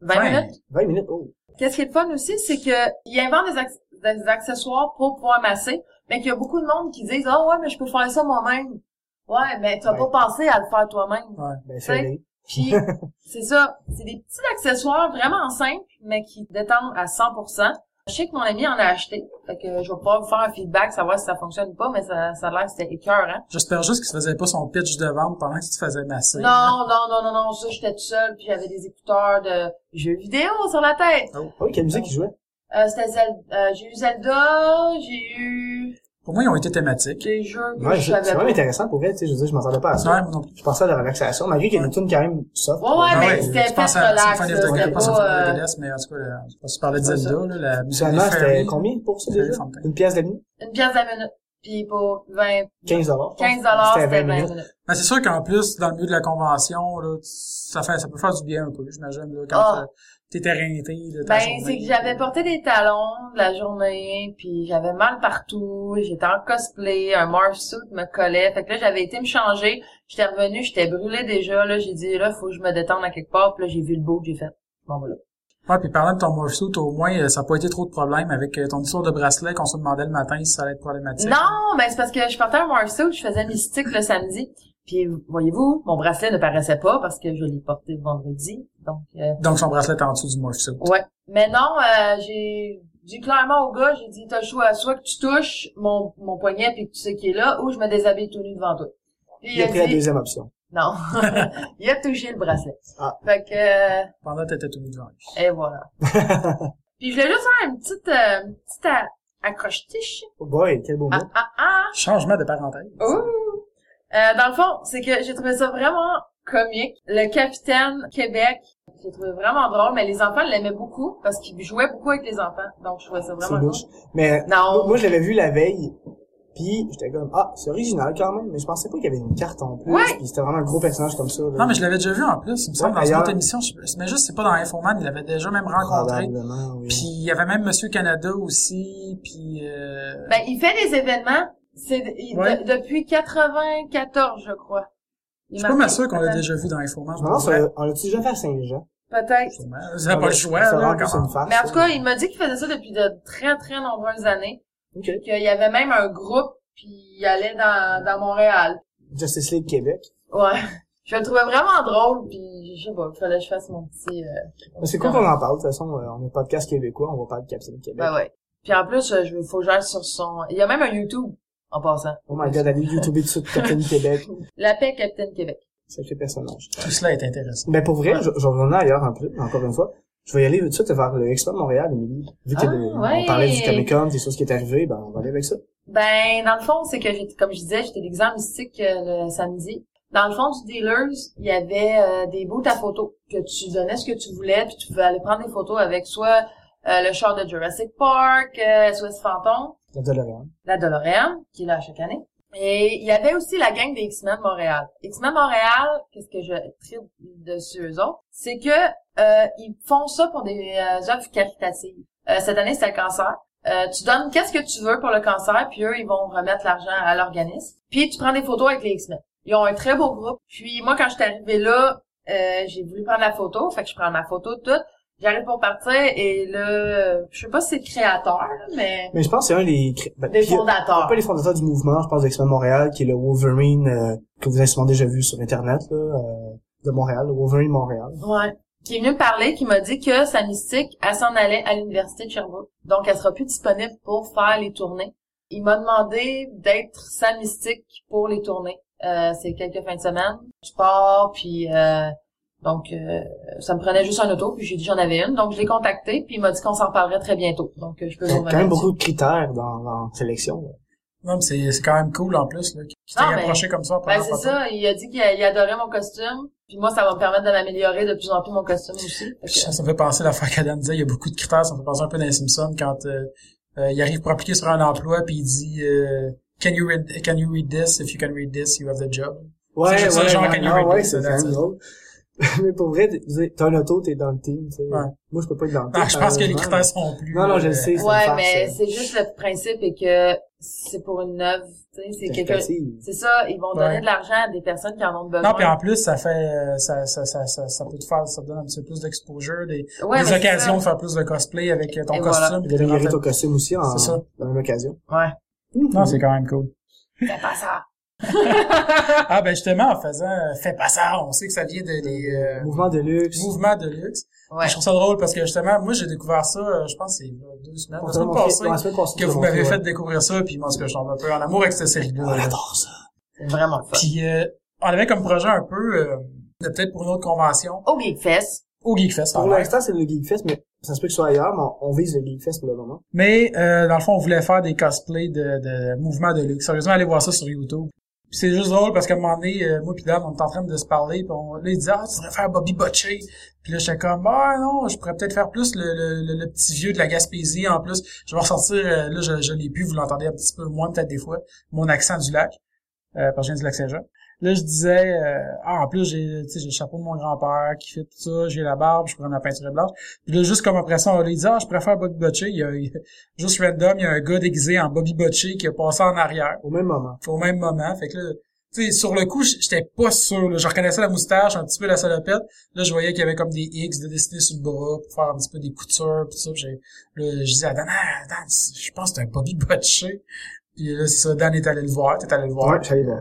20
Ouais.
minutes.
20 minutes, oh.
Qu'est-ce qui est le fun aussi, c'est que ils inventent des, acc- des accessoires pour pouvoir masser, mais qu'il y a beaucoup de monde qui disent, ah ouais, mais je peux faire ça moi-même. Ouais, mais t'as
Ouais.
pas pensé à le faire toi-même.
Ben, fais-le.
Puis, c'est ça, c'est des petits accessoires vraiment simples, mais qui détendent à 100%. Je sais que mon ami en a acheté, fait que je vais pouvoir vous faire un feedback, savoir si ça fonctionne ou pas, mais ça, ça a l'air que c'était écœurant.
J'espère juste qu'il se faisait pas son pitch de vente pendant que tu te faisais masser.
Non, non, non, non, non, ça, j'étais tout seul, puis j'avais des écouteurs de jeux vidéo sur la tête.
Ah oui, quelle musique qui jouait?
Euh, c'était Zel- euh, j'ai eu Zelda, j'ai eu
Pour moi, ils ont été thématiques.
des jeux que
Ouais,
je
c'est
savais
c'est
pas.
vraiment intéressant pour vrai, tu sais, je veux dire, je m'entendais pas à Ah, ça.
Ouais, moi non plus.
Je pensais à la relaxation, malgré qu'il y a des tunes quand même soft.
Ouais, ouais,
Ah
mais
ouais,
ben, c'était
je pense
fait
à
relax,
Symphony
là,
of the
c'était
Night, pas Symphony
pas,
of
euh,
the Dead, mais en tout cas, là, je sais pas si tu parlais de
C'est ça.
Zelda, là, la musique des
Finalement, c'était
fairies.
combien pour ça
Fairy
déjà?
Fountain.
Une pièce de nuit?
une pièce de la minute. Puis pour 20,
15 dollars.
15 dollars, c'était 20 minutes.
Ben, c'est sûr qu'en plus, dans le milieu de la convention, là, tu- ça fait, ça peut faire du bien un peu, j'imagine, là, quand
Ah.
euh, t'es éreinté, là, ta
Ben,
journée.
c'est que j'avais porté des talons de la journée, puis j'avais mal partout, j'étais en cosplay, un morph suit me collait, fait que là, j'avais été me changer, j'étais revenue, j'étais brûlée déjà, là, j'ai dit, là, faut que je me détende à quelque part, puis là, j'ai vu le beau, j'ai fait, bon, voilà.
Ouais, puis parlant de ton morceau, au moins, euh, ça n'a pas été trop de problème avec euh, ton histoire de bracelet qu'on se demandait le matin si ça allait être problématique.
Non, ben, c'est parce que je portais un morph suit, je faisais mystique le samedi, puis voyez-vous, mon bracelet ne paraissait pas parce que je l'ai porté le vendredi, donc, euh,
Donc, son bracelet est en dessous du morceau.
Ouais. Mais non, euh, j'ai dit clairement au gars, j'ai dit, t'as le choix, soit que tu touches mon, mon poignet puis que tu sais qu'il est là, ou je me déshabille tout nu devant toi. Puis
Il a pris la
dit,
deuxième option.
non. il a touché le bracelet.
Ah.
Fait que, euh,
Pendant que t'étais tenu devant lui.
et voilà. puis je voulais juste faire une petite, euh, une petite a- accroche-tiche.
Oh boy, quel beau mot.
Ah, ah, ah.
Changement de parenthèse.
Ouh! Euh, dans le fond, c'est que j'ai trouvé ça vraiment comique. Le capitaine Québec, j'ai trouvé vraiment drôle, mais les enfants l'aimaient beaucoup parce qu'il jouait beaucoup avec les enfants. Donc, je trouvais ça
c'est
vraiment cool.
louche. Mais,
Non.
moi, je l'avais vu la veille, puis j'étais comme, ah, c'est original quand même, mais je pensais pas qu'il y avait une carte en plus,
Ouais.
puis c'était vraiment un gros personnage comme ça. Là.
Non, mais je l'avais déjà vu en plus, il me semble, dans une
ailleurs. Ah,
autre émission. Je... Mais juste, c'est pas dans Infoman, il l'avait déjà même rencontré.
Probablement, oui.
Puis il y avait même Monsieur Canada aussi, puis... Euh...
Ben, il fait des événements. C'est de- il-
Ouais.
de- depuis 94, je crois. Il
je suis pas
m'a-
mal sûr qu'on l'a
Peut-être-
déjà vu dans Infoman.
je me lance, euh, on l'a-tu déjà fait à Saint-Jean?
Peut-être.
Sûrement. Vous avez pas le choix, là,
c'est une
comment?
farce.
Mais en tout cas,
là.
il m'a dit qu'il faisait ça depuis de très, très nombreuses années.
OK.
Qu'il y avait même un groupe, puis il allait dans, dans Montréal.
Justice League Québec.
Ouais. Je le trouvais vraiment drôle, puis je sais pas, fallait que je fasse mon petit... euh,
Mais C'est cool qu'on en parle, de toute façon, euh, on est podcast québécois, on va parler de Captain Québec.
Ben ouais. Puis en plus, euh, je faut que j'aille sur son... Il y a même un YouTube, en passant.
Oh my god, allez YouTuber tout de Captain Québec.
La paix, Capitaine Québec.
Sacré personnage.
Tout cela est intéressant.
Ben pour vrai, je, je revenais ailleurs un peu, encore une fois. Je vais y aller tout de suite vers le Expo de Montréal, Émilie. Vu que
Ah,
de-
ouais.
on parlait du Comic Con, des choses qui est arrivées, ben on va aller avec ça.
Ben, dans le fond, c'est que, j'étais- comme je disais, j'étais l'exemple mystique euh, le samedi. Dans le fond du Dealers, il y avait euh, des booths à photos que tu donnais ce que tu voulais, puis tu pouvais aller prendre des photos avec soit euh, le char de Jurassic Park, euh, SOS Fantôme,
La DeLorean.
la DeLorean, qui est là chaque année. Et il y avait aussi la gang des X-Men Montréal. X-Men Montréal, qu'est-ce que je tripe dessus eux autres, c'est que euh, ils font ça pour des euh, œuvres caritatives. Euh, cette année, c'était le cancer. Euh, tu donnes qu'est-ce que tu veux pour le cancer, puis eux, ils vont remettre l'argent à l'organisme. Puis tu prends des photos avec les X-Men. Ils ont un très beau groupe. Puis moi, quand je suis arrivée là, euh, j'ai voulu prendre la photo, fait que je prends ma photo toute. J'arrive pour partir et là, euh, je sais pas si c'est le créateur, là, mais
Mais je pense que c'est un des... cré- ben,
des
puis, euh,
fondateurs.
pas les fondateurs du mouvement, je pense d'Expo de Montréal, qui est le Wolverine euh, que vous avez sûrement déjà vu sur Internet, là, euh, de Montréal, le Wolverine Montréal.
Ouais. Qui est venu me parler, qui m'a dit que sa mystique, elle s'en allait à l'université de Sherbrooke. Donc, elle sera plus disponible pour faire les tournées. Il m'a demandé d'être sa mystique pour les tournées. Euh, c'est quelques fins de semaine. Je pars, puis euh, Donc, euh, ça me prenait juste un auto, puis j'ai dit j'en avais une. Donc, je l'ai contacté, puis il m'a dit qu'on s'en reparlerait très bientôt. Donc, euh, je peux
Il y
vous
a quand
revenir
même beaucoup de critères dans, dans la sélection. là.
Non, mais c'est c'est quand même cool en plus, là, qui t'aient
Non, mais-
approché comme ça. en
Ah, Ben,
prenant
c'est
photo.
ça. Il a dit qu'il a- il adorait mon costume. Puis moi, ça va me permettre de m'améliorer de plus en plus mon costume aussi. Fait que-
Ça, ça me fait penser à l'affaire qu'Adam disait, il y a beaucoup de critères, ça me fait penser un peu dans les Simpsons quand euh, euh, il arrive pour appliquer sur un emploi puis il dit euh, Can you read can you read this? If you can read this, you have the job.
Ouais,
C'est
ouais,
juste ça, genre,
ouais,
can you
ah
read
ouais,
this,
c'est quand
that's
même
it.
drôle. Mais pour vrai, tu sais, t'as un auto, t'es dans le team, tu sais.
Ouais.
Moi, je peux pas être dans le team.
Ah, je pense que les
malheureusement.
critères sont plus.
Non, non, je
euh,
le sais, c'est une
ouais,
farce,
mais
euh,
c'est juste le principe et que c'est pour une œuvre. tu sais, C'est quelqu'un.
tentative.
C'est ça. Ils vont
Ouais.
donner de l'argent à des personnes qui en ont besoin.
Non, puis en plus, ça fait, euh, ça, ça, ça, ça, ça peut te faire, ça te donne un petit peu plus d'exposure, des,
Ouais, mais
des
c'est
occasions de
ça.
faire plus de cosplay avec euh, ton
Et voilà.
costume.
De
puis de
l'améliorer
rentrer-
ton costume aussi en,
C'est ça.
dans la même occasion.
Ouais.
Non, c'est quand même cool.
Fais pas ça.
Ah, ben justement, en faisant euh, Fais pas ça, on sait que ça vient de- des euh,
Mouvement de luxe.
mouvements de luxe.
Ouais.
Je trouve ça drôle parce que justement, moi j'ai découvert ça, euh, je pense que c'est il y a deux semaines,
On
la
te l'a
semaine
montré-
passée,
ouais, la semaine passée, euh, on te
que
l'a
vous
montré,
m'avez
ouais.
fait euh, découvrir ça, puis moi, en tout cas, je tombe un peu en amour avec cette
Ah,
série-là.
j'adore ça.
C'est vraiment le fun.
Puis euh, on avait comme projet un peu, euh, de peut-être pour une autre convention,
Au Geek Fest.
au Geekfest.
Pour
en fait.
l'instant, c'est le Geekfest, mais ça se peut que ce soit ailleurs, mais on, on vise le Geekfest pour le moment.
Mais euh, dans le fond, on voulait faire des cosplays de, de mouvements de luxe. Sérieusement, allez voir ça sur YouTube. Puis C'est juste drôle parce qu'à un moment donné, euh, moi pis Dan, on est en train de se parler, puis on, là, il disait « Ah, tu devrais faire Bobby Botcher! » Puis là, j'étais comme « Ah non, je pourrais peut-être faire plus le, le, le, le petit vieux de la Gaspésie en plus. » Je vais ressortir, euh, là, je, je l'ai plus, vous l'entendez un petit peu moins peut-être des fois, mon accent du lac, euh, parce que je viens du lac Saint-Jean. Là, je disais euh, Ah, en plus, j'ai tu sais, j'ai le chapeau de mon grand-père qui fait tout ça, j'ai la barbe, je prends la peinture blanche. » Puis là, juste comme après ça, on lui dit « Ah, je préfère Bobby Botcher. » Il y a- il y a- Juste random, il y a un gars déguisé en Bobby Botcher qui a passé en arrière
Au même moment.
au même moment. Fait que là, tu sais, sur le coup, j- j'étais pas sûr. Là. Je reconnaissais la moustache, un petit peu la salopette. Là, je voyais qu'il y avait comme des X de dessinés sur le bras pour faire un petit peu des coutures pis ça. Pis j'ai- là, je disais à Dan, ah, Dan, c- je pense que c'est un Bobby Botcher. Puis là, c'est ça, Dan est allé le voir, t'es allé le voir.
Ouais, j'allais le...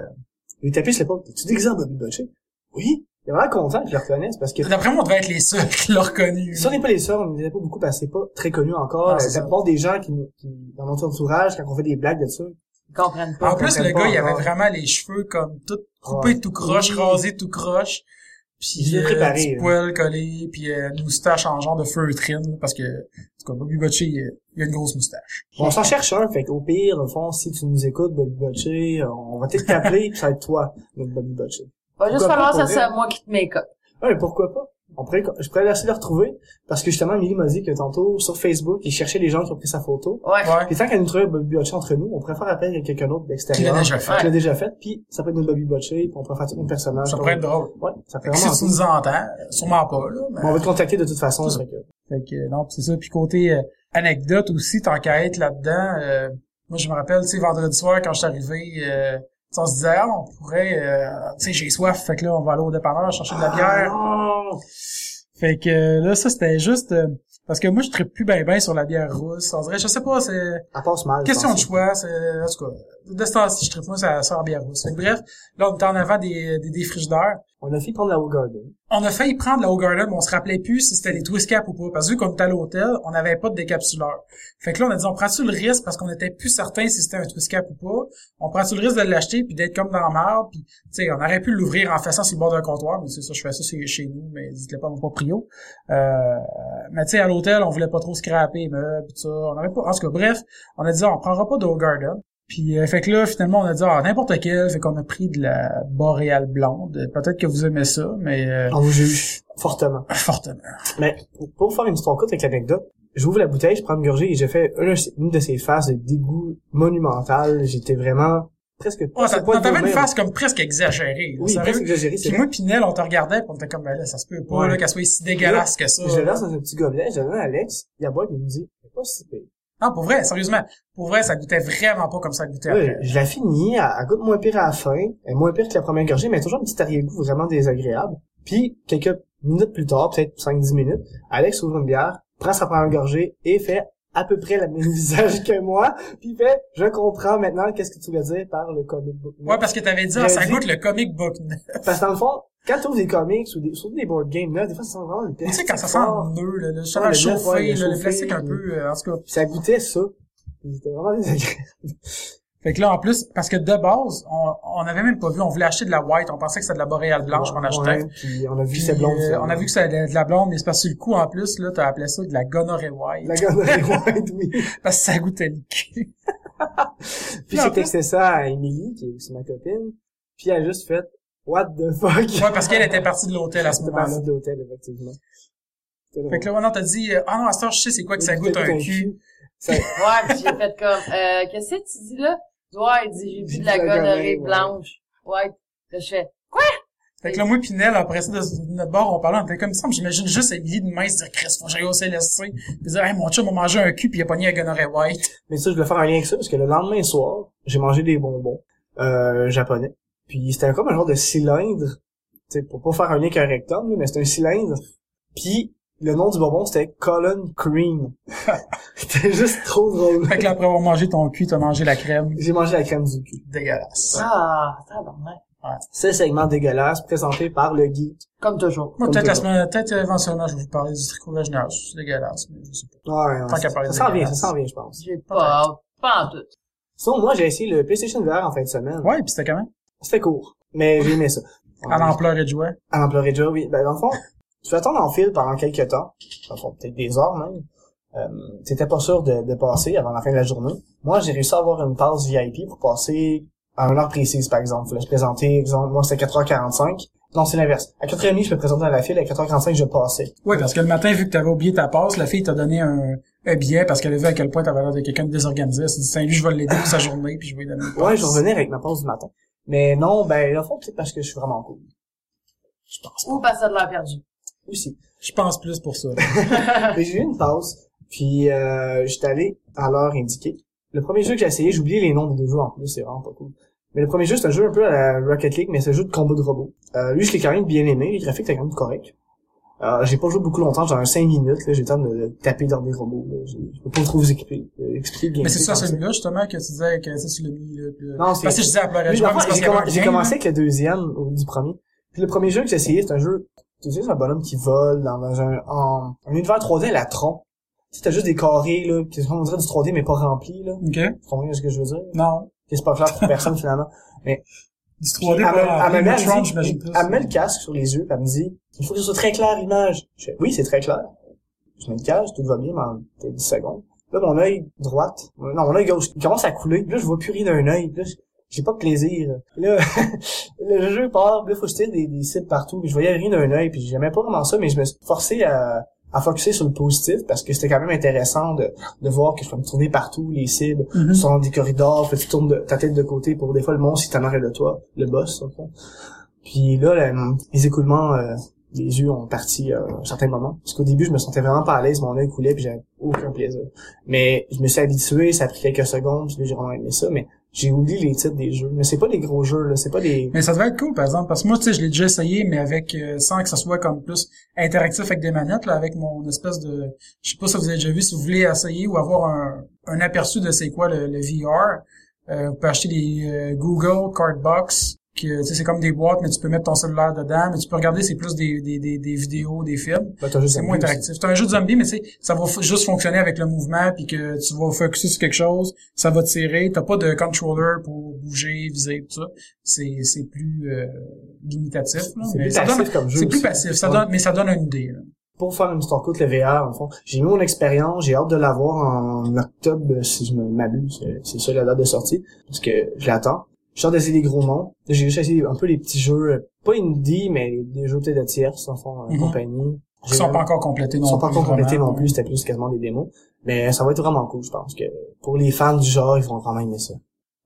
Il tapait sur l'épaule. Tu déguisé en Bobby Butcher? Oui. Il avait l'air content que je le reconnaisse parce que
D'après moi, on devait être les seuls qui l'ont reconnu.
Si on n'est pas les seuls, on n'est pas beaucoup parce que c'est pas très connu encore.
Non,
Euh,
Ah, c'est ça.
la plupart des gens qui, nous- qui dans notre entourage, quand on fait des blagues de ça,
Ils comprennent pas.
En plus, le
comprenne pas
gars, il avait
encore.
vraiment les cheveux comme tout coupés
Ouais.
tout croche,
Oui.
rasé tout croche. Puis
Il est
euh,
préparé,
petit
là.
poil collé, puis euh, une moustache en genre de feutrine, parce que, en tout cas, Bobby Bocci, il il a une grosse moustache.
on s'en cherche un. Fait qu'au pire, au fond, si tu nous écoutes, Bobby Butcher, on va peut-être t'appeler pis ça va être toi, notre Bobby Butcher.
Va juste
Pourquoi
falloir
pas,
que ce
pour
soit moi qui te make up.
Ouais, mais pourquoi pas? On pourrait, je pourrais essayer de le retrouver parce que justement, Milly m'a dit que tantôt, sur Facebook, il cherchait les gens qui ont pris sa photo.
Ouais.
Ouais.
Puis tant qu'elle nous trouve un Bobby Butcher entre nous, on pourrait faire appel à quelqu'un d'autre
Qui l'a
d'extérieur.
déjà fait.
Qui l'a déjà fait, puis ça peut être notre Bobby Butcher, puis on pourrait faire tout un personnage.
Ça pourrait être drôle.
Ouais, ça fait
Fait que si
vraiment...
tu
cool.
nous entends, sûrement pas, là. mais-
Bon, on va te contacter de toute façon. fait que-
Fait que, euh, non, pis c'est ça. Puis côté euh, anecdote aussi, tant qu'à être là-dedans, euh, moi, je me rappelle, tu sais, vendredi soir, quand je suis arrivé, euh, tu sais, on se disait, ah, on pourrait, euh, tu sais, j'ai soif, fait que là, on va aller au dépanneur chercher de la bière.
Ah, non!
Fait que euh, là, ça, c'était juste... euh, parce que moi, je tripe plus ben ben sur la bière rousse. On dirait, je sais pas, c'est...
Elle passe mal. je
Question de
pense.
choix, c'est... En tout cas, de ce temps-ci, je tripe moi sur la sur la bière rousse. Fait que bref, là, on était en avant des, des, des frigidaires.
On a fait prendre la Garden.
On a failli prendre la O'Garden, mais on se rappelait plus si c'était des twist caps ou pas. Parce que vu qu'on était à l'hôtel, on n'avait pas de décapsuleur. Fait que là, on a dit, on prend-tu le risque parce qu'on était plus certain si c'était un twist cap ou pas? On prend-tu le risque de l'acheter puis d'être comme dans la merde? Puis, tu sais, on aurait pu l'ouvrir en faisant sur le bord d'un comptoir, mais c'est ça, je fais ça c'est chez nous, mais dites-le pas à mon proprio. Euh, mais tu sais, à l'hôtel, on voulait pas trop scraper les meubles, pis ça. On avait pas, en tout cas, bref, on a dit, on prendra pas d'O'Garden. Puis, euh, fait que là, finalement, on a dit, ah, n'importe quel. Fait qu'on a pris de la boréale blonde. Peut-être que vous aimez ça, mais... euh,
On vous juge fortement.
Fortement.
Mais pour faire une histoire courte avec l'anecdote, j'ouvre la bouteille, je prends une gorgée et j'ai fait une, une de ces faces de dégoût monumental. J'étais vraiment presque...
Oh, ça-
c'est pas
T'avais une
gourmet,
face comme presque exagérée.
mais-
là,
Oui,
sérieux.
presque exagéré, c'est
Puis
vrai.
moi, Pinel, on te regardait, puis on était comme, ben là, ça se peut pas,
Ouais.
là, qu'elle soit si dégueulasse que ça.
Je le lance dans un petit gobelet, je le donne à Alex, il a boit, il me dit, c'est pas si pire.
Non, pour vrai, sérieusement. Pour vrai, ça goûtait vraiment pas comme ça goûtait
Là,
après.
je la finis, elle, elle goûte moins pire à la fin, elle est moins pire que la première gorgée, mais toujours un petit arrière-goût vraiment désagréable. Puis, quelques minutes plus tard, peut-être 5-10 minutes, Alex ouvre une bière, prend sa première gorgée et fait à peu près le même visage que moi, puis il fait « Je comprends maintenant qu'est-ce que tu voulais dire par le comic book. »
Ouais, parce que t'avais dit,
Je
ah, ça
dis-
goûte le comic book. tu
Parce que dans le fond, quand tu ouvres des comics ou des, surtout des board games, là, des fois, ça sent vraiment le
sais,
plastique
quand ça sent
fort.
le nœud, là, le
Ouais,
cheval
le
chauffé,
nœud, ouais, le
là, le
chauffé,
plastique un
puis-
peu, euh, en tout cas.
Puis ça goûtait ça. Puis C'était vraiment désagréable.
Fait que là, en plus, parce que de base, on, on avait même pas vu, on voulait acheter de la white, on pensait que c'était de la boréale blanche qu'on achetait.
Ouais, puis on a vu
Puis,
ces blondes.
euh, on a vu que c'était de la blonde, mais c'est parce que le coup, en plus, là, t'as appelé ça de la gonorrhée white.
La gomme de oui.
Parce que ça goûtait le cul.
Puis
en
j'ai
plus-
texté ça à Emily, qui est aussi ma copine. Puis elle a juste fait What the fuck?
Ouais, parce qu'elle était partie de l'hôtel à ce
C'était
moment-là.
parti de l'hôtel, effectivement. C'était
Fait
drôle.
que là, ouais, non, t'as dit, euh, ah non, à ce temps, je sais c'est quoi que ça
Oui,
goûte
c'était
un cul.
Ça-
Ouais, puis j'ai fait comme, euh, qu'est-ce que tu dis là? Ouais, il dit, j'ai bu de la gonorrhée
ouais.
blanche. Ouais. Là, je fais,
Fait que là, moi, Pinel, après ça, de de notre bord, on parlait, on était comme ça, mais j'imagine juste Emily de mince dire, Chris, faut que j'aille au CLSC. Puis dire, hey, mon chum m'a mangé un cul, puis il a pogné un gonorrhée white.
Mais ça, je voulais faire un lien avec ça, parce que le lendemain soir, j'ai mangé des bonbons euh, japonais. Puis c'était comme un genre de cylindre, tu sais, pour pas faire un lien avec un rectangle, mais c'était un cylindre. Puis le nom du bonbon, c'était Colon Cream. c'était juste trop drôle.
Fait que là, après avoir mangé ton cul, t'as mangé la crème.
J'ai mangé la crème du cul.
Dégueulasse.
ah, tabarnak.
C'est un segment dégueulasse présenté par le geek.
Comme toujours.
Moi,
Comme
peut-être la
toujours.
semaine, peut-être euh, éventuellement, je vais vous parler du tricot vaginal. C'est dégueulasse, mais je sais pas.
Ouais, ouais,
Tant qu'à parler
ça
de
s'en vient, ça
dégueulasse.
s'en vient, je pense.
J'ai pas, hâte. pas en tout.
Sinon, moi, j'ai essayé le PlayStation VR en fin de semaine.
Ouais, puis c'était quand même
C'était court, mais j'ai aimé ça.
à l'ampleur et de joie.
À l'emploi déjà, oui. Ben, dans le fond, tu fais attendre en fil pendant quelques temps, dans le fond, peut-être des heures même. Euh, t'étais pas sûr de, de passer avant la fin de la journée. Moi, j'ai réussi à avoir une passe VIP pour passer à une heure précise, par exemple. Là, je présentais, exemple, moi, c'était 4h45. Non, c'est l'inverse. À 4h30, je me présentais à la file, à 4h45, je passais.
Ouais, parce que le matin, vu que t'avais oublié ta passe, la fille t'a donné un, un billet parce qu'elle a vu à quel point t'avais l'air de quelqu'un de désorganisé. Elle s'est dit, Saint-Lui, je vais l'aider pour sa journée, puis je vais lui donner une
Ouais,
passe.
je revenais avec ma passe du matin. Mais non, ben, dans le fond, peut-être parce que je suis vraiment cool. Je pense.
Ou passer de l'heure perdue.
Aussi.
Je pense plus pour ça.
Mais j'ai eu une pause, puis euh, j'étais allé à l'heure indiquée. Le premier jeu que j'ai essayé, j'ai oublié les noms des deux jeux en plus, c'est vraiment pas cool. Mais le premier jeu, c'est un jeu un peu à la Rocket League, mais c'est un jeu de combat de robots. Euh, lui, je l'ai quand même bien aimé, les graphiques étaient quand même corrects. Euh, j'ai pas joué beaucoup longtemps, genre 5 minutes, là, j'ai le temps de, de taper dans des robots. là. J'ai- Je peux pas trop vous équiper, euh, expliquer le gameplay
Mais c'est ça,
comme
celui-là, justement, que tu disais que ça, tu l'as mis, là. Puis,
Non, c'est-
Parce que je disais à pleurer,
Lui,
Euh, je
dans le
pense
fond,
que
J'ai
c'est
commen- j'ai commencé avec le deuxième ou du premier. Puis le premier jeu que j'ai essayé, c'est un jeu, tu sais, c'est un bonhomme qui vole dans un, en, un univers 3D à la tronc. Tu sais, t'as juste des carrés, là, qui sont, on dirait du 3D, mais pas rempli, là.
OK?
Tu comprends ce que je veux dire?
Non.
Que c'est pas clair pour personne, finalement.
Du
Puis,
3D,
elle me-
pas
elle me
rempli,
met-
mais
elle
Trump,
dit-
j'imagine plus.
elle me met le casque sur les yeux, puis elle me dit, il faut que ce soit très clair, l'image. Je fais, oui, c'est très clair. Je mets le casque, tout va bien, mais en peut-être 10 secondes. Là, mon œil droite, non, mon œil gauche, il commence à couler. Puis Là, je vois plus rien d'un œil. Puis Là, je- j'ai pas de plaisir. Là, le jeu part, puis là, faut que je tire des, des cibles partout, puis je voyais rien d'un œil, puis j'aimais pas vraiment ça, mais je me suis forcé à, à focuser sur le positif, parce que c'était quand même intéressant de, de voir que je peux me tourner partout, les cibles,
Mhm.
sont dans des corridors, puis tu tournes de- ta tête de côté pour des fois le monstre, il t'en arrière de toi, le boss, en fait. Puis là, la- les écoulements euh, des yeux ont parti euh, à un certain moment. Parce qu'au début, je me sentais vraiment pas à l'aise, mon œil coulait, puis j'avais aucun plaisir. Mais je me suis habitué, ça a pris quelques secondes, puis là, j'ai vraiment aimé ça, mais j'ai oublié les titres des jeux. Mais c'est pas des gros jeux, là, c'est pas des...
Mais ça devait être cool, par exemple, parce que moi, tu sais, je l'ai déjà essayé, mais avec euh, sans que ça soit comme plus interactif avec des manettes, là, avec mon espèce de... Je sais pas si vous avez déjà vu, si vous voulez essayer ou avoir un, un aperçu de c'est quoi le, le VR, euh, vous pouvez acheter des euh, Google Cardbox, que, tu sais, c'est comme des boîtes, mais tu peux mettre ton cellulaire dedans, mais tu peux regarder, c'est plus des, des, des, des vidéos, des films.
Bah, t'as juste
C'est
un
moins
but,
interactif. C'est un jeu de zombie, mais tu sais, ça va f- juste fonctionner avec le mouvement, puis que tu vas focuser sur quelque chose, ça va tirer. T'as pas de controller pour bouger, viser, tout ça. C'est c'est plus euh, limitatif. là.
C'est
Mais
plus
ça
passif
donne-
comme jeu
C'est plus
aussi.
passif. Ça
Ouais.
donne, mais ça donne une idée. là.
pour faire une histoire courte, le VR, en fond. J'ai mis mon expérience, j'ai hâte de l'avoir en octobre, si je me- m'abuse. euh, C'est ça la date de sortie, parce que je l'attends. J'ai hâte d'essayer des gros noms. J'ai juste essayé un peu les petits jeux, euh, pas indie, mais des jeux peut-être de tierces, en fond, euh,
Mhm.
compagnie.
Ils sont pas encore complétés non
Ils sont pas
plus,
encore complétés
vraiment.
non plus, c'était plus quasiment des démos. Mais ça va être vraiment cool, je pense que pour les fans du genre, ils vont vraiment aimer ça.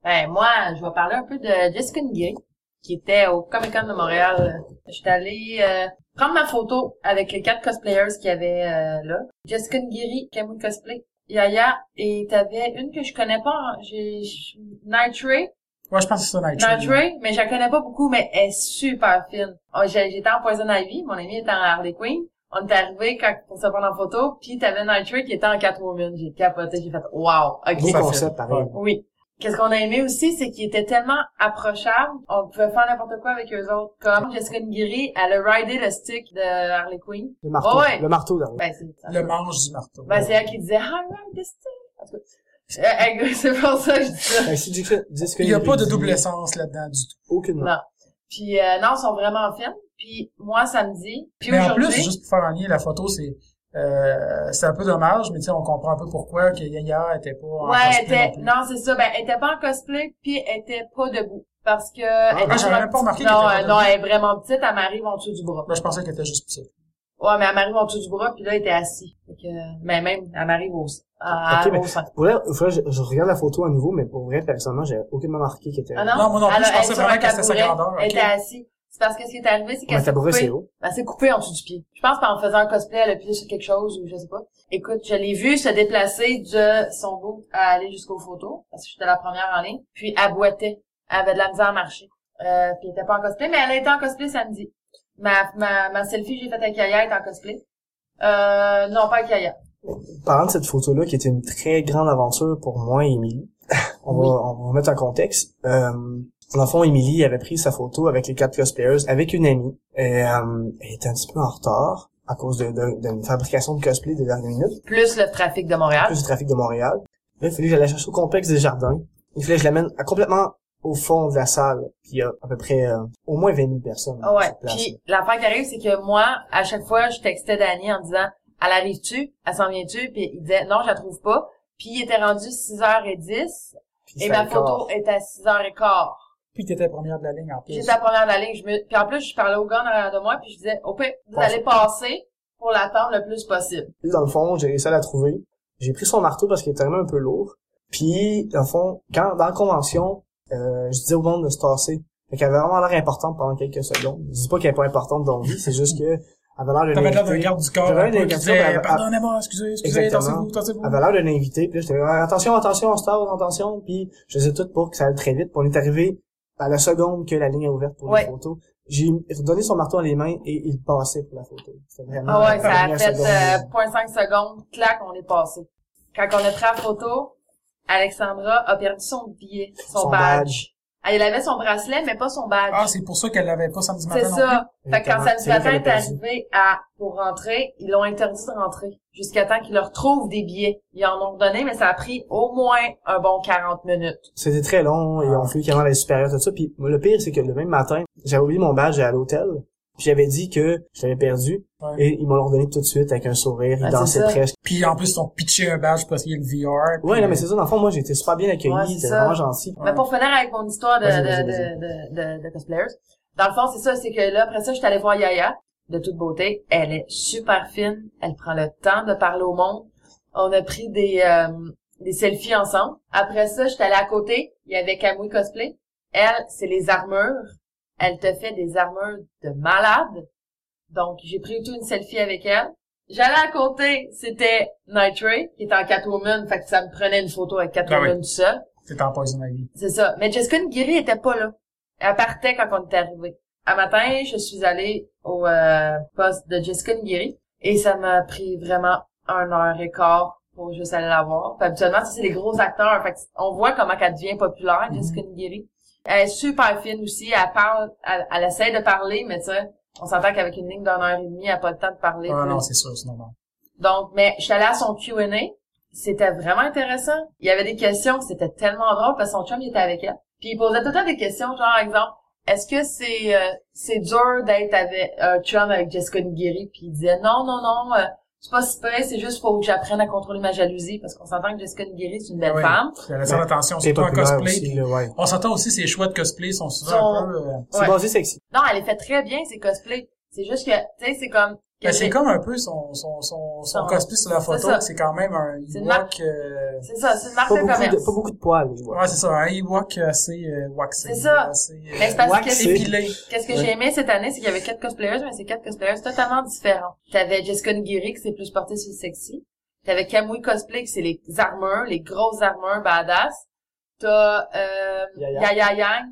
Ben, moi, je vais parler un peu de Jessica Nguyen, qui était au Comic Con de Montréal. J'étais allée euh, prendre ma photo avec les quatre cosplayers qu'il y avait euh, là. Jessica Nguiri, Kamui Cosplay, Yaya, et t'avais une que je connais pas, hein, j'ai j- Night Ray.
Ouais, je pense que c'est ça, Night
Night
Train.
Ray, mais je la connais pas beaucoup, mais elle est super fine. Oh, j'ai- J'étais en Poison Ivy, mon ami était en Harley Quinn. On est arrivé quand, pour se prendre en photo, puis t'avais Night Ray qui était en Catwoman. J'ai capoté, j'ai fait « Wow! ok. »
Beau
ça
concept,
fait.
pareil.
Oui. Qu'est-ce qu'on a aimé aussi, c'est qu'ils étaient tellement approchables, on pouvait faire n'importe quoi avec eux autres. Comme Jessica Nguiri, elle a ridé le stick de Harley Quinn.
Le marteau,
Ouais.
le marteau, d'ailleurs.
Ben, c'est ça.
Le manche du marteau.
Ben, c'est elle qui disait, I ride the stick. En tout cas. Euh, euh, C'est pour ça que je dis ça.
Fait que si Jason dit ce que
Il y a pas de
dit,
double essence là-dedans du tout.
Aucunement.
Non. Puis euh, non, ils sont vraiment fins. Puis moi, samedi, puis
Mais en plus,
aujourd'hui,
juste pour faire un lien, la photo, c'est euh, c'est un peu dommage, mais tu sais, on comprend un peu pourquoi que Yaya était pas en
ouais, elle
cosplay
était,
non plus.
non, c'est ça, ben, elle était pas en cosplay, puis elle était pas debout. Parce que, elle
ah,
était
j'avais
vraiment
même pas remarqué
petite. Non,
qu'elle était
euh,
pas
non, elle est vraiment petite, elle m'arrive en dessous du bras.
Moi, je pensais qu'elle était juste petite.
Ouais, mais elle m'arrive en dessous du bras, puis là, elle était assise. Fait que, mais même, elle m'arrive au, à,
Ok, mais-
au sein.
euh,
Pour vrai, il faudrait que je, je regarde la photo à nouveau, mais pour vrai, personnellement, j'avais aucunement marqué qu'il était...
Ah non?
Non, moi non plus,
Elle-
je pensais
elle est sur
vraiment
un
que c'était sa
tabouret,
grandeur,
Elle
ok.
était assise. C'est parce que ce qui est arrivé, c'est qu'elle
Mais
s'est
t'as pas
coupée.
c'est haut.
Ben, c'est coupé en dessous du pied. Je pense qu'en faisant un cosplay, elle a plié sur quelque chose ou je sais pas. Écoute, je l'ai vue se déplacer de son bout à aller jusqu'aux photos, parce que j'étais la première en ligne. Puis elle boitait. Elle avait de la misère à marcher. Euh, puis elle était pas en cosplay, mais elle a été en cosplay samedi. Ma, ma, ma selfie que j'ai faite avec Yaya est en cosplay. Euh, non, pas avec Yaya.
Parlant de cette photo-là, qui était une très grande aventure pour moi et Émilie, on, va, on va mettre en contexte. Euh, dans le fond, Émilie avait pris sa photo avec les quatre cosplayers avec une amie. Et, euh, elle était un petit peu en retard à cause de- de- d'une fabrication de cosplay de dernière minute,
Plus le trafic de Montréal.
plus du trafic de Montréal. Là, il fallait que j'aille la chercher au complexe des jardins. Il fallait que je l'amène à complètement au fond de la salle. Puis il y a à peu près euh, au moins 20 000 personnes.
Ah
sur
ouais.
place.
Puis l'affaire qui arrive, c'est que moi, à chaque fois, je textais Dani en disant Elle arrive-tu? Elle s'en vient-tu? Puis il disait Non, je la trouve pas. Puis il était rendu 6h10
Puis il
et
fallait
ma photo
encore-
est à 6h15.
Puis t'étais première de la ligne en plus.
J'étais la première de la ligne. Je me... Puis en plus, je parlais au gars en arrière de moi, puis je disais Au pire, vous allez passer pour l'attendre le plus possible.
Puis, dans le fond, j'ai réussi à la trouver. J'ai pris son marteau parce qu'il était vraiment un peu lourd. Puis, dans le fond, quand, dans la convention, euh, je disais au monde de se tasser. Fait qu'elle avait vraiment l'air importante pendant quelques secondes. Je dis pas qu'elle est pas importante dans la vie, c'est juste que elle avait l'air de
T'avais l'air
l'inviter.
d'un garde du corps.
J'avais
un peu,
l'air
qui
d'un
disait,
garçon, ben,
Pardonnez-moi, excusez, excusez,
Exactement.
tassez-vous, tassez-vous.
Elle avait l'air de l'inviter. Puis là, j'étais là, attention, attention, on se tasse, attention. Puis, je faisais tout pour que ça aille très vite. Puis, on est arrivé à la seconde que la ligne est ouverte pour
Ouais.
les photos. J'ai redonné son marteau dans les mains et il passait pour la photo. C'était vraiment
Ah ouais,
la
ça a
dernière
fait
seconde.
euh, 0.5 secondes, clac, on est passé. Quand on a pris la photo, Alexandra a perdu son billet, son,
Son
badge.
badge.
Elle avait son bracelet, mais pas son badge.
Ah, c'est pour ça qu'elle l'avait pas samedi matin.
C'est
non
ça. Fait que quand
Exactement.
samedi
C'est là
matin
qu'elle
est
a perdu.
arrivé à, pour rentrer, ils l'ont interdit de rentrer. Jusqu'à temps qu'ils leur trouvent des billets. Ils en ont donné, mais ça a pris au moins un bon 40 minutes.
C'était très long, et on
Ah.
fait carrément les supérieurs, tout ça. Puis moi, le pire, c'est que le même matin, j'avais oublié mon badge à l'hôtel. Puis j'avais dit que je l'avais perdu.
Ouais.
Et ils m'ont redonné tout de suite avec un sourire. Ils
Ah, c'est
dansaient
ça.
presque.
Puis en plus, ils ont pitché un badge pour essayer le VR.
Ouais,
puis, euh,
non, mais c'est ça. Dans le fond, moi, j'ai été super bien accueilli.
Ouais, c'est
C'était
ça.
vraiment gentil.
Ouais.
Mais pour finir avec mon histoire de, de,
Vas-y, vas-y,
de, de, de, de cosplayers, dans le fond, c'est ça, c'est que là, après ça, je suis allée voir Yaya, de toute beauté. Elle est super fine. Elle prend le temps de parler au monde. On a pris des, euh, des selfies ensemble. Après ça, j'étais allée à côté. Il y avait Camouille Cosplay. Elle, c'est les armures. Elle te fait des armures de malade. Donc, j'ai pris tout une selfie avec elle. J'allais à côté, c'était Night Ray, qui était en Catwoman, fait que ça me prenait une photo avec Catwoman
Ah oui.
tout seul.
T'étais en poison ivy.
C'est ça. Mais Jessica Nguiri était pas là. Elle partait quand on était arrivé. Un matin, je suis allée au euh, poste de Jessica Nguiri et ça m'a pris vraiment un heure et quart pour juste aller la voir. Puis habituellement, ça, c'est les gros acteurs. Fait que on voit comment elle devient populaire,
Mhm.
Jessica Nguiri. Elle est super fine aussi. Elle parle, elle, elle essaie de parler, mais tu sais, on s'entend qu'avec une ligne d'une heure et demie, elle n'a pas le temps de parler.
Ah
plus.
non, c'est sûr, c'est normal.
Donc, mais je suis allée à son Q&A. C'était vraiment intéressant. Il y avait des questions, c'était tellement drôle parce que son chum, il était avec elle. Puis il posait tout le temps des questions, genre, exemple, est-ce que c'est euh, c'est dur d'être avec un chum avec Jessica Nguiri? Puis il disait, non, non, non, euh, c'est pas si pire, c'est juste faut que j'apprenne à contrôler ma jalousie parce qu'on s'entend que Jessica Nguiri, c'est une belle
Ouais.
femme.
Puis Elle attire
Ouais.
l'attention,
C'est
surtout en
populaire
cosplay.
aussi,
puis
là, ouais.
On s'entend aussi, ces choix de cosplay sont souvent
Sont-
un peu... euh,
C'est
Ouais.
basé sexy.
Non, elle les fait très bien, ses cosplays. C'est juste que, tu sais, c'est comme...
Ben, c'est comme un peu son, son, son, son
Son-
cosplay sur la
c'est ça.
photo. C'est quand même un
C'est une
Ewok... euh,
C'est ça, c'est une marque
Pas
de
beaucoup
commerce.
de, pas beaucoup de poils, les
Ouais, c'est ça, un Ewok assez euh, waxé.
C'est ça.
Assez, euh,
Mais c'est parce
Wax,
que
c'est-
épilé.
Qu'est-ce que
Ouais.
j'ai aimé cette année, c'est qu'il y avait quatre cosplayers, mais c'est quatre cosplayers totalement différents. T'avais Jessica Nguiri qui s'est plus portée sur le sexy. T'avais Kamui Cosplay qui c'est les armures, les grosses armures badass. T'as euh,
Yaya.
Yaya Yang.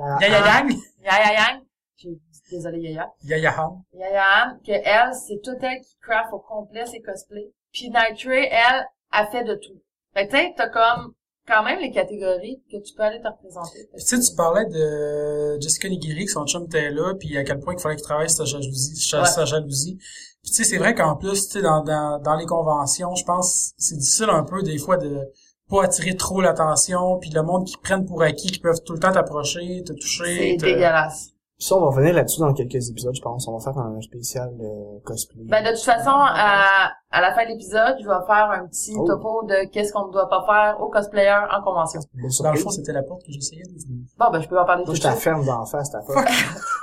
Ah,
Yaya
Ah.
Yang.
Yaya Yang. J'ai- Désolée Yaya.
Yaya Han.
Yaya Yang, que elle, c'est tout elle qui craft au complet ses cosplays. Puis Night Ray, elle, a fait de tout. Fait que tu sais, t'as comme quand même les catégories que tu peux aller te représenter.
Tu sais, tu parlais de Jessica Nigiri, que son chum était là, puis à quel point il fallait qu'il travaille sa jalousie. sa-
Ouais.
sa jalousie. Puis tu sais, c'est vrai qu'en plus, tu sais, dans, dans, dans les conventions, je pense, c'est difficile un peu des fois de pas attirer trop l'attention, puis le monde qui prennent pour acquis, qui peuvent tout le temps t'approcher, te toucher.
C'est
te-
dégueulasse.
Puis ça, on va revenir là-dessus dans quelques épisodes, je pense. On va faire un spécial euh, cosplay.
Ben, de toute façon, à, à la fin de l'épisode, je vais faire un petit
Oh.
topo de qu'est-ce qu'on ne doit pas faire aux cosplayers en convention.
Une
Dans le
surprise.
fond, c'était la porte que j'essayais d'ouvrir.
Bon, ben, je peux en parler tout
Moi,
de
je te la
suite.
ferme d'en face, ta porte.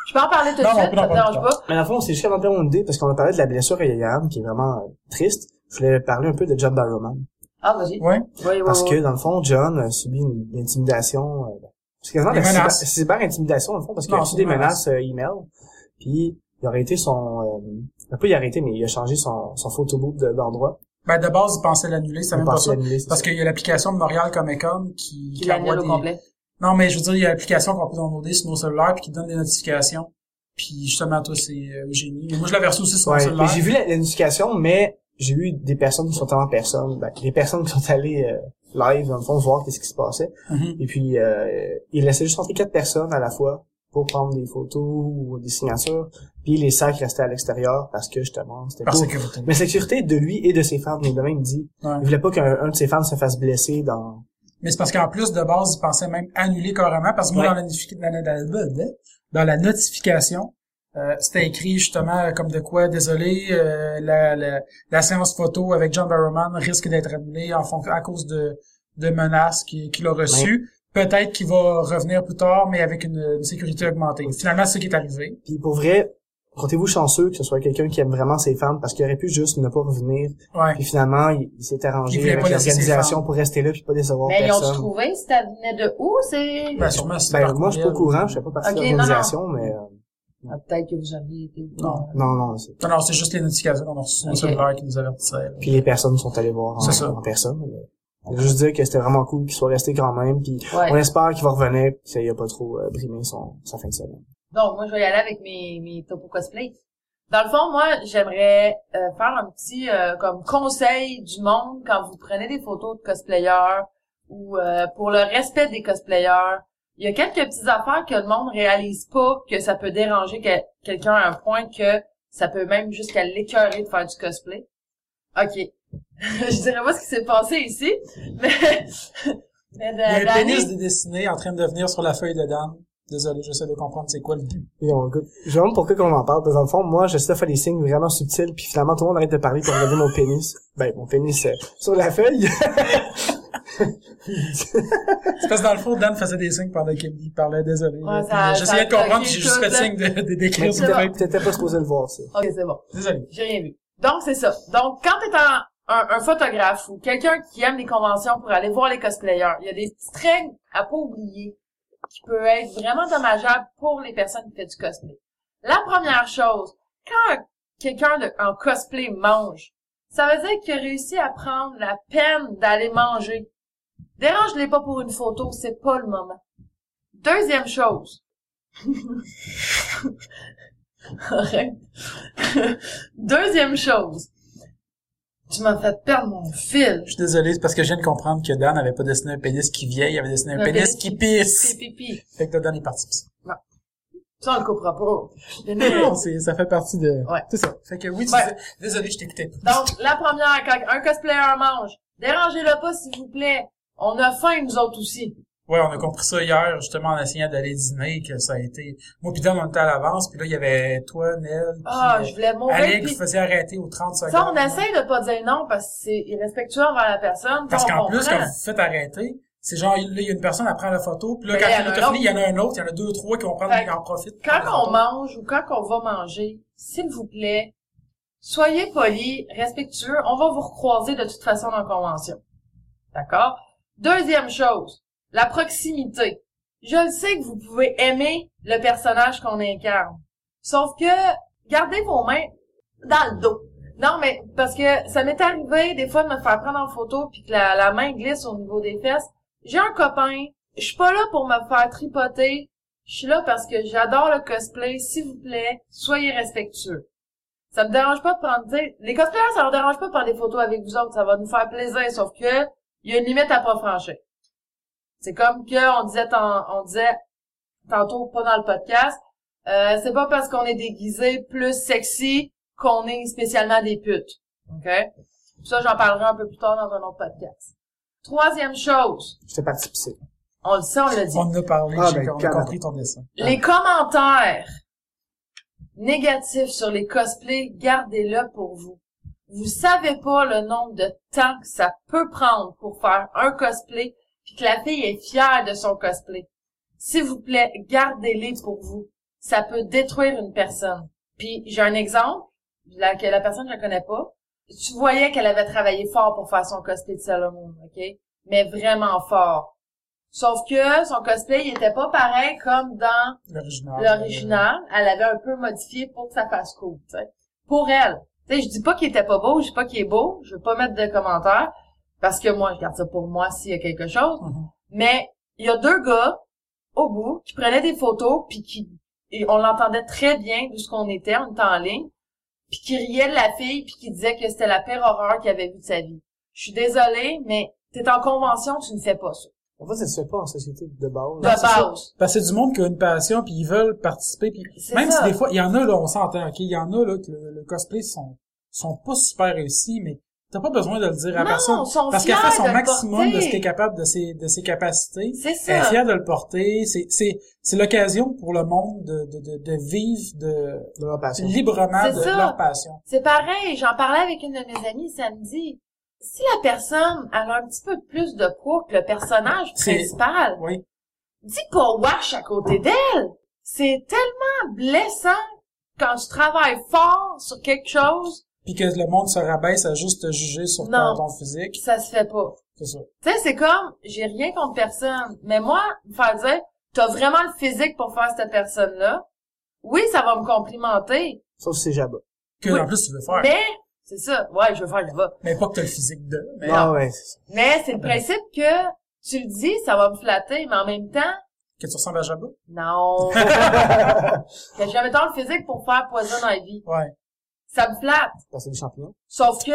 Je peux en parler tout de
Non, on
suite,
peut
ça
en
te
parler plus
dérange pas.
Mais dans le fond, c'est juste avant de perdre mon idée, parce qu'on a parlé de la blessure à Yayam, qui est vraiment euh, triste. Je voulais parler un peu de John Barrowman.
Ah, vas-y.
Ouais.
Oui, oui,
Parce
oui.
que, dans le fond, John a subi une, une intimidation. euh, c'est quasiment de la
Des
cyber,
menaces.
cyber intimidation, dans le fond, parce qu'il a
Non,
reçu
c'est
des
des
menaces euh, email. Puis, il a arrêté son... Euh, un peu, il a arrêté, mais il a changé son, son photobook de- d'endroit.
Ben, de base, ils pensaient l'annuler, c'est
Il a
même pas
pensé
ça.
l'annuler, c'est
Parce
ça.
qu'il y a l'application de Montréal Comic Con qui,
Qui l'annule au
des-
complet.
Non, mais je veux dire, il y a l'application qu'on peut downloader sur nos cellulaires puis qui donne des notifications. Puis justement, toi, c'est euh, Eugénie. Mais moi, je l'avais reçu aussi sur mon
Ouais, mais
cellulaire.
j'ai vu la- l'éducation, mais j'ai eu des personnes qui sont allées en personne, ben, des personnes qui sont allées euh, live, dans le fond, voir qu'est-ce qui se passait.
Mhm.
Et puis, euh, il laissait juste entrer quatre personnes à la fois pour prendre des photos ou des signatures. Puis les sacs restaient à l'extérieur parce que, justement, c'était
Par
pour...
sécurité.
Mais sécurité de lui et de ses fans, mais de même, il dit,
Ouais.
il voulait pas qu'un un de ses fans se fasse blesser dans...
Mais c'est parce qu'en plus, de base, ils pensaient même annuler carrément, parce que moi,
Ouais.
dans, la notifi- dans la- dans la- dans la notification, euh, c'était écrit justement euh, comme de quoi, désolé, euh, la, la, la séance photo avec John Barrowman risque d'être annulée en fon- à cause de, de menaces qui- qu'il a reçues. Peut-être qu'il va revenir plus tard, mais avec une, une sécurité augmentée. Finalement, c'est ce qui est arrivé.
Puis pour vrai, comptez-vous chanceux que ce soit quelqu'un qui aime vraiment ses fans parce qu'il aurait pu juste ne pas revenir.
Ouais.
Puis finalement, il, il s'est
Il
arrangé
voulait
avec
pas laisser ses
l'organisation
fans.
pour rester là puis pas décevoir
Mais ils ont
personne.
trouvé si ça venait de où, c'est...
Ben, sûrement, c'est
Ben,
par
moi, je suis pas au
courriel.
courant, je fais pas partie
Ok,
de l'organisation, mais... euh,
Ah, peut-être que vous aviez été...
Non.
non, non, c'est...
Non, non, c'est juste les notifications qu'on a reçues sur le
Ok.
cellulaire qui nous avertissaient. là.
Puis les personnes sont allées voir
C'est ça.
en, en personne. mais Je veux juste dire que c'était vraiment cool qu'il soit resté quand même, puis on
Ouais.
espère qu'il va revenir, puis ça y a pas trop euh, brimé son, sa fin de semaine.
Donc, moi, je vais y aller avec mes, mes topo cosplay. Dans le fond, moi, j'aimerais euh, faire un petit euh, comme conseil du monde quand vous prenez des photos de cosplayers ou euh, pour le respect des cosplayers. Il y a quelques petites affaires que le monde réalise pas que ça peut déranger que- quelqu'un à un point que ça peut même jusqu'à l'écœurer de faire du cosplay. OK. je dirais pas ce qui s'est passé ici, mais... mais de-
Il y a un
Dani-
pénis dessiné en train de venir sur la feuille de dame. Désolé, j'essaie de comprendre c'est quoi le but.
Et on, écoute, je me demande pourquoi qu'on en parle, parce que dans le fond, moi, j'essaie de faire des signes vraiment subtils, puis finalement, tout le monde arrête de parler pour regarder mon pénis. Ben, mon pénis euh, sur la feuille.
C'est parce que dans le fond, Dan faisait des signes pendant qu'il parlait, désolé. là.
Ouais, ça-
Puis, euh,
ça
J'essayais de
bloquait
comprendre, puis j'ai juste
tout,
fait
là.
signe de, de- d'écrire sur
C'est
la
bon.
feuille.
T'étais pas supposé le voir, ça.
OK, c'est bon.
Désolé.
J'ai rien vu. Donc, c'est ça. Donc, quand t'es un, un, un photographe ou quelqu'un qui aime les conventions pour aller voir les cosplayers, il y a des petites règles à pas oublier qui peuvent être vraiment dommageables pour les personnes qui font du cosplay. La première chose, quand un- quelqu'un de- en cosplay mange, ça veut dire qu'il a réussi à prendre la peine d'aller manger. Dérange-les pas pour une photo, c'est pas le moment. Deuxième chose. Arrête. Deuxième chose. Tu m'as fait perdre mon fil.
Je suis désolé, c'est parce que je viens de comprendre que Dan n'avait pas dessiné un pénis qui vieille, il avait dessiné un,
Un
pénis,
pénis
qui
qui-
pisse.
C'est pipi.
Fait que là, Dan est parti pisser.
Ça, on le coupera pas.
Non, c'est, ça fait partie de...
Ouais.
C'est ça. Fait que oui, tu
Ouais.
disais- Désolé, je t'écoutais.
Donc, la première, quand un cosplayer mange, dérangez-le pas, s'il vous plaît. On a faim, nous autres aussi.
Ouais, on a compris ça hier, justement, en essayant d'aller dîner, que ça a été... Moi puis Dan, on était à l'avance, puis là, il y avait toi, Nel, puis
Ah,
euh,
je voulais mourir.
Alex
Puis,
qui faisait arrêter aux 30 secondes.
ça, on essaye de pas dire non parce que c'est irrespectueux envers la personne.
Parce
puis on
qu'en plus,
comprend.
quand vous vous faites arrêter, c'est genre, il- là, il y a une personne, elle prend la photo, puis là,
Mais
quand
il y en
elle
Ben, a
a
un
fini, il y en a un autre, il y en a deux, trois qui vont prendre,
Fait
qui en Ah, profitent.
quand on mange ou quand on va manger, s'il vous plaît, soyez polis, respectueux. On va vous recroiser de toute façon dans la convention. D'accord? Deuxième chose, la proximité. Je le sais que vous pouvez aimer le personnage qu'on incarne. Sauf que, gardez vos mains dans le dos. Non, mais parce que ça m'est arrivé des fois de me faire prendre en photo puis que la, la main glisse au niveau des fesses. J'ai un copain, je suis pas là pour me faire tripoter, je suis là parce que j'adore le cosplay. S'il vous plaît, soyez respectueux. Ça me dérange pas de prendre dire- Les cosplayers, ça leur dérange pas de prendre des photos avec vous autres. Ça va nous faire plaisir. Sauf que, il y a une limite à pas franchir. C'est comme que on disait, tan- on disait tantôt pas dans le podcast, euh, c'est pas parce qu'on est déguisé plus sexy qu'on est spécialement des putes. OK? Ça, j'en parlerai un peu plus tard dans un autre podcast. Troisième chose,
J'étais parti pisser.
on le sait, on l'a dit.
On en a parlé,
Ah,
j'ai
ben,
on a
calme.
compris ton dessin.
Les commentaires négatifs sur les cosplays, gardez-le pour vous. Vous savez pas le nombre de temps que ça peut prendre pour faire un cosplay, puis que la fille est fière de son cosplay. S'il vous plaît, gardez-les pour vous. Ça peut détruire une personne. Puis j'ai un exemple, la, que la personne je la connais pas. Tu voyais qu'elle avait travaillé fort pour faire son cosplay de Salomon, ok? Mais vraiment fort. Sauf que son cosplay, il était pas pareil comme dans
L'original.
l'original, elle avait un peu modifié pour que ça fasse cool, tu sais. Pour elle. Tu sais, je dis pas qu'il était pas beau, je dis pas qu'il est beau, je veux pas mettre de commentaires, parce que moi, je garde ça pour moi s'il y a quelque chose.
Mhm.
Mais, il y a deux gars, au bout, qui prenaient des photos, puis qui, et on l'entendait très bien d'où ce qu'on était, on était en ligne, puis qui riait de la fille, puis qui disait que c'était la pire horreur qu'il avait vue de sa vie. Je suis désolée, mais t'es en convention, tu ne fais pas ça.
En fait, ça se fait pas en société de base.
De
c'est ça.
base.
Parce que c'est du monde qui a une passion, puis ils veulent participer, puis
C'est
même
ça.
si des fois, il y en a, là, on s'entend, OK, il y en a, là, que le, le cosplay sont, sont pas super réussis, mais t'as pas besoin de le dire à
Non,
personne.
ils sont
parce qu'elle fait
fiers de
son
le
maximum de
porter.
ce qu'elle est capable de ses, de ses capacités.
C'est
Elle est
ça.
fière de le porter. C'est, c'est, c'est l'occasion pour le monde de, de, de, de vivre de,
De leur passion.
librement
C'est
de
ça.
leur passion.
C'est pareil, j'en parlais avec une de mes amies samedi. Si la personne elle a un petit peu plus de poids que le personnage
C'est-
principal,
Oui.
dis pas wash à côté d'elle. C'est tellement blessant quand tu travailles fort sur quelque chose,
Puis que le monde se rabaisse à juste te juger sur
Non.
ton, ton
puis
physique.
ça se fait pas.
C'est ça.
Tu sais, c'est comme, j'ai rien contre personne, mais moi, me faire dire, t'as vraiment le physique pour faire cette personne-là. Oui, ça va me complimenter,
Sauf si c'est Jabba.
Que,
Oui.
en plus, tu veux faire. Mais,
mais c'est ça. Ouais, je veux faire, je vais.
pas que t'as le physique de. Mais
Ah ouais, c'est ça.
Mais c'est le principe que tu le dis, ça va me flatter, mais en même temps,
que tu ressembles à Jabba.
non. que j'ai mettons le physique pour faire poison dans la vie.
Ouais.
Ça me flatte.
Parce que c'est des champignons.
Sauf que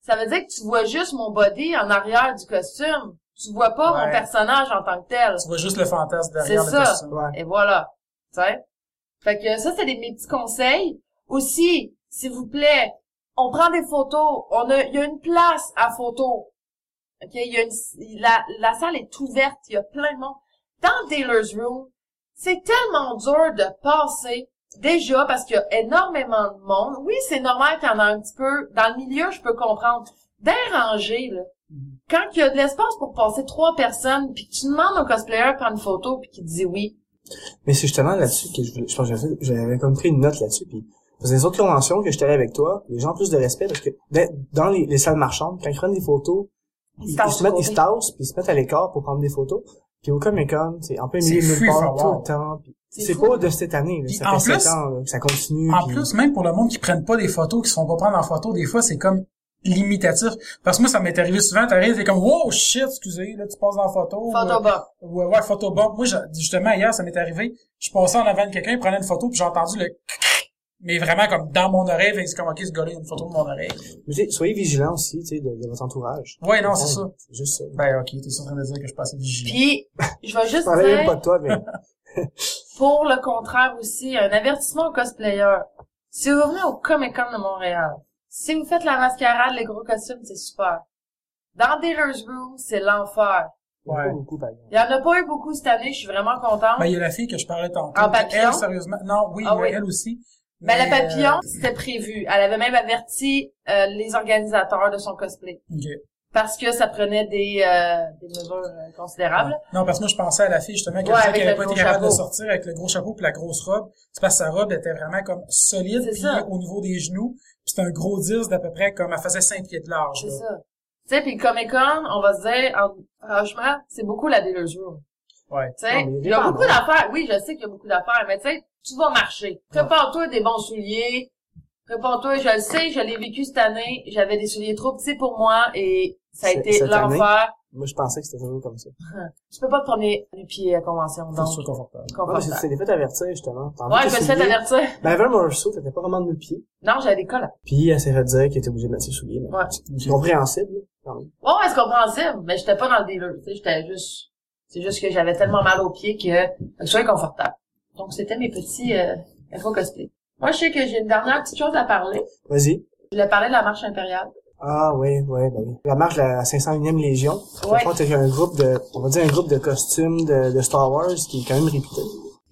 ça veut dire que tu vois juste mon body en arrière du costume. Tu vois pas mon
Ouais.
personnage en tant que tel.
Tu vois juste le fantasme derrière
C'est
le
ça.
costume.
Ouais.
Et voilà. Tu sais? Fait que ça, c'est des, mes petits conseils. Aussi, s'il vous plaît, on prend des photos. On a, il y a une place à photo. OK? Il y a une, la, la salle est ouverte. Il y a plein de monde. Dans Dealer's Room, c'est tellement dur de passer. Déjà, parce qu'il y a énormément de monde. Oui, c'est normal qu'il y en a un petit peu. Dans le milieu, je peux comprendre. Déranger, là quand il y a de l'espace pour passer trois personnes, puis que tu demandes au cosplayer de prendre une photo, puis qu'il te dit oui,
Mais c'est justement là-dessus que je, voulais- je pense que j'avais- j'avais comme pris une note là-dessus. Puis, parce que les autres conventions que j'étais allé avec toi, les gens ont plus de respect parce que dès- dans les, les salles marchandes, quand ils prennent des photos,
il
ils,
se
ils
tasse
se
sur
mettent,
le
ils se
côté.
tassent, puis ils se mettent à l'écart pour prendre des photos. Puis au Comic Con, c'est un peu
C'est
Émilie nulle
free
part
for
tout
all.
le temps. puis
C'est
C'est
fou.
pas de cette année, là,
Puis
ça
en
fait
plus-
7 ans, là, que ça continue.
En
puis-
plus, même pour le monde qui prennent pas des photos, qui se font pas prendre en photo, des fois, c'est comme limitatif. Parce que moi, ça m'est arrivé souvent, t'arrives, t'es comme, wow, shit, excusez, là, tu passes dans la photo.
Photo
euh,
bomb.
Ouais, ouais, photobomb. Moi, j'a- justement, hier, ça m'est arrivé, je passais en avant de quelqu'un, il prenait une photo, puis j'ai entendu le mais vraiment comme dans mon oreille, fait que c'est comme, ok, ce gars-là, il a une photo de mon oreille.
Mais tu sais, soyez vigilants aussi, tu sais, de, de votre entourage.
Ouais, non, c'est ça.
C'est juste ça.
Ben, ok, t'es en train de dire que je passais vigilant.
Puis, je vais
Je
juste
parlais même pas
dire,
de toi, mais
pour le contraire aussi, un avertissement aux cosplayers. Si vous venez au Comic-Con de Montréal, si vous faites la mascarade, les gros costumes, c'est super. Dans Dealer's Room, c'est l'enfer.
il y en a
Ouais.
pas beaucoup, par exemple.
Il y en a pas eu beaucoup cette année, je suis vraiment contente.
Ben, il y a la fille que je parlais tantôt.
En papillon?
Elle, sérieusement. Non, oui,
Ah oui.
elle aussi.
Mais la
euh,
papillon, c'était prévu. Elle avait même averti euh, les organisateurs de son cosplay.
ok.
Parce que ça prenait des, euh, des mesures euh, considérables.
Non, parce que moi, je pensais à la fille, justement, qui
Ouais,
disait
avec
qu'elle
le
n'avait pas
gros
été capable de
chapeau.
sortir avec le gros chapeau puis la grosse robe. C'est parce que sa robe était vraiment comme solide,
C'est
puis
ça.
au niveau des genoux. Puis c'était un gros 10 d'à peu près comme elle faisait 5 pieds de large.
C'est
là.
ça. Tu sais, puis Comic Con, on va se dire, en- franchement, c'est beaucoup la Dealer's Room.
Ouais.
Tu sais,
Non, mais hein.
il y a
dépendant.
beaucoup d'affaires. Oui, je sais qu'il y a beaucoup d'affaires, mais tu sais, tu vas marcher. Prépare-toi des bons souliers. Prépare-toi, je le sais, je l'ai vécu cette année. J'avais des souliers trop petits pour moi et ça a
C'est-
été
cette année?
l'enfer.
Moi, je pensais que c'était toujours comme ça.
Tu peux pas te prendre les les pieds à convention,
Faut que
donc.
ce soit confortable.
Ouais, mais c'est
Confortable.
c'est des fait avertir, justement. T'as envie
Ouais,
de
je me
te
suis fait
souiller.
avertir.
Ben, Evan Morrison, t'étais pas vraiment de nos pieds.
Non, j'avais des collants.
Puis, elle s'est fait dire qu'elle était obligée de mettre ses souliers. mais
Ouais.
C'est compréhensible, là, quand même.
Ouais, ouais, c'est compréhensible, mais j'étais pas dans le dealer. Tu sais, j'étais juste, c'est juste que j'avais tellement mal aux pieds que, que je sois inconfortable. Donc, c'était mes petits, euh, infos cosplay. Moi, je sais que j'ai une dernière petite chose à parler.
Vas-y.
Je voulais parler de la marche impériale.
Ah ouais, ouais, ben oui. La marche de la 501e Légion.
Ouais.
Je pense que c'est un groupe de, on va dire un groupe de costumes de, de Star Wars qui est quand même réputé.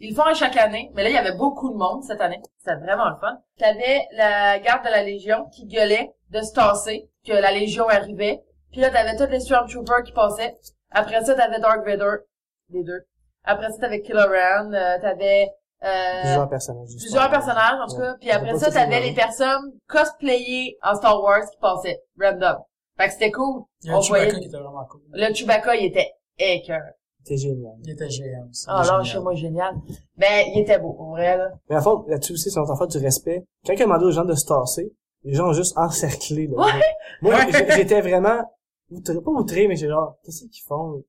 Ils le font à chaque année, mais là, il y avait beaucoup de monde cette année. C'était vraiment le fun. T'avais la garde de la Légion qui gueulait de se tasser, que la Légion arrivait. Puis là, t'avais tous les Stormtroopers qui passaient. Après ça, t'avais Dark Vader, les deux. Après ça, t'avais Kylo Ren, euh, t'avais... Euh,
Plusieurs personnages. du
plusieurs
Star Wars.
personnages, en tout cas.
Ouais.
Puis après
Pas
ça,
tous les
t'avais
mêmes.
les personnes cosplayées en Star Wars qui passaient, random. Fait que c'était cool.
Il y a
On
un Chewbacca
voyait...
qui était vraiment cool.
Le Chewbacca, il était écœur.
C'était génial.
Il était géant aussi.
Ah,
Génial.
là, chez moi, génial. Ben, il était beau, pour vrai, là.
Mais à fond, là-dessus aussi, c'est notre affaire du respect. Quand il a demandé aux gens de se tasser, les gens ont juste encerclé. Là,
Ouais.
Moi,
Ouais.
j'- j'étais vraiment outré, pas outré, mais j'ai genre, qu'est-ce qu'ils font?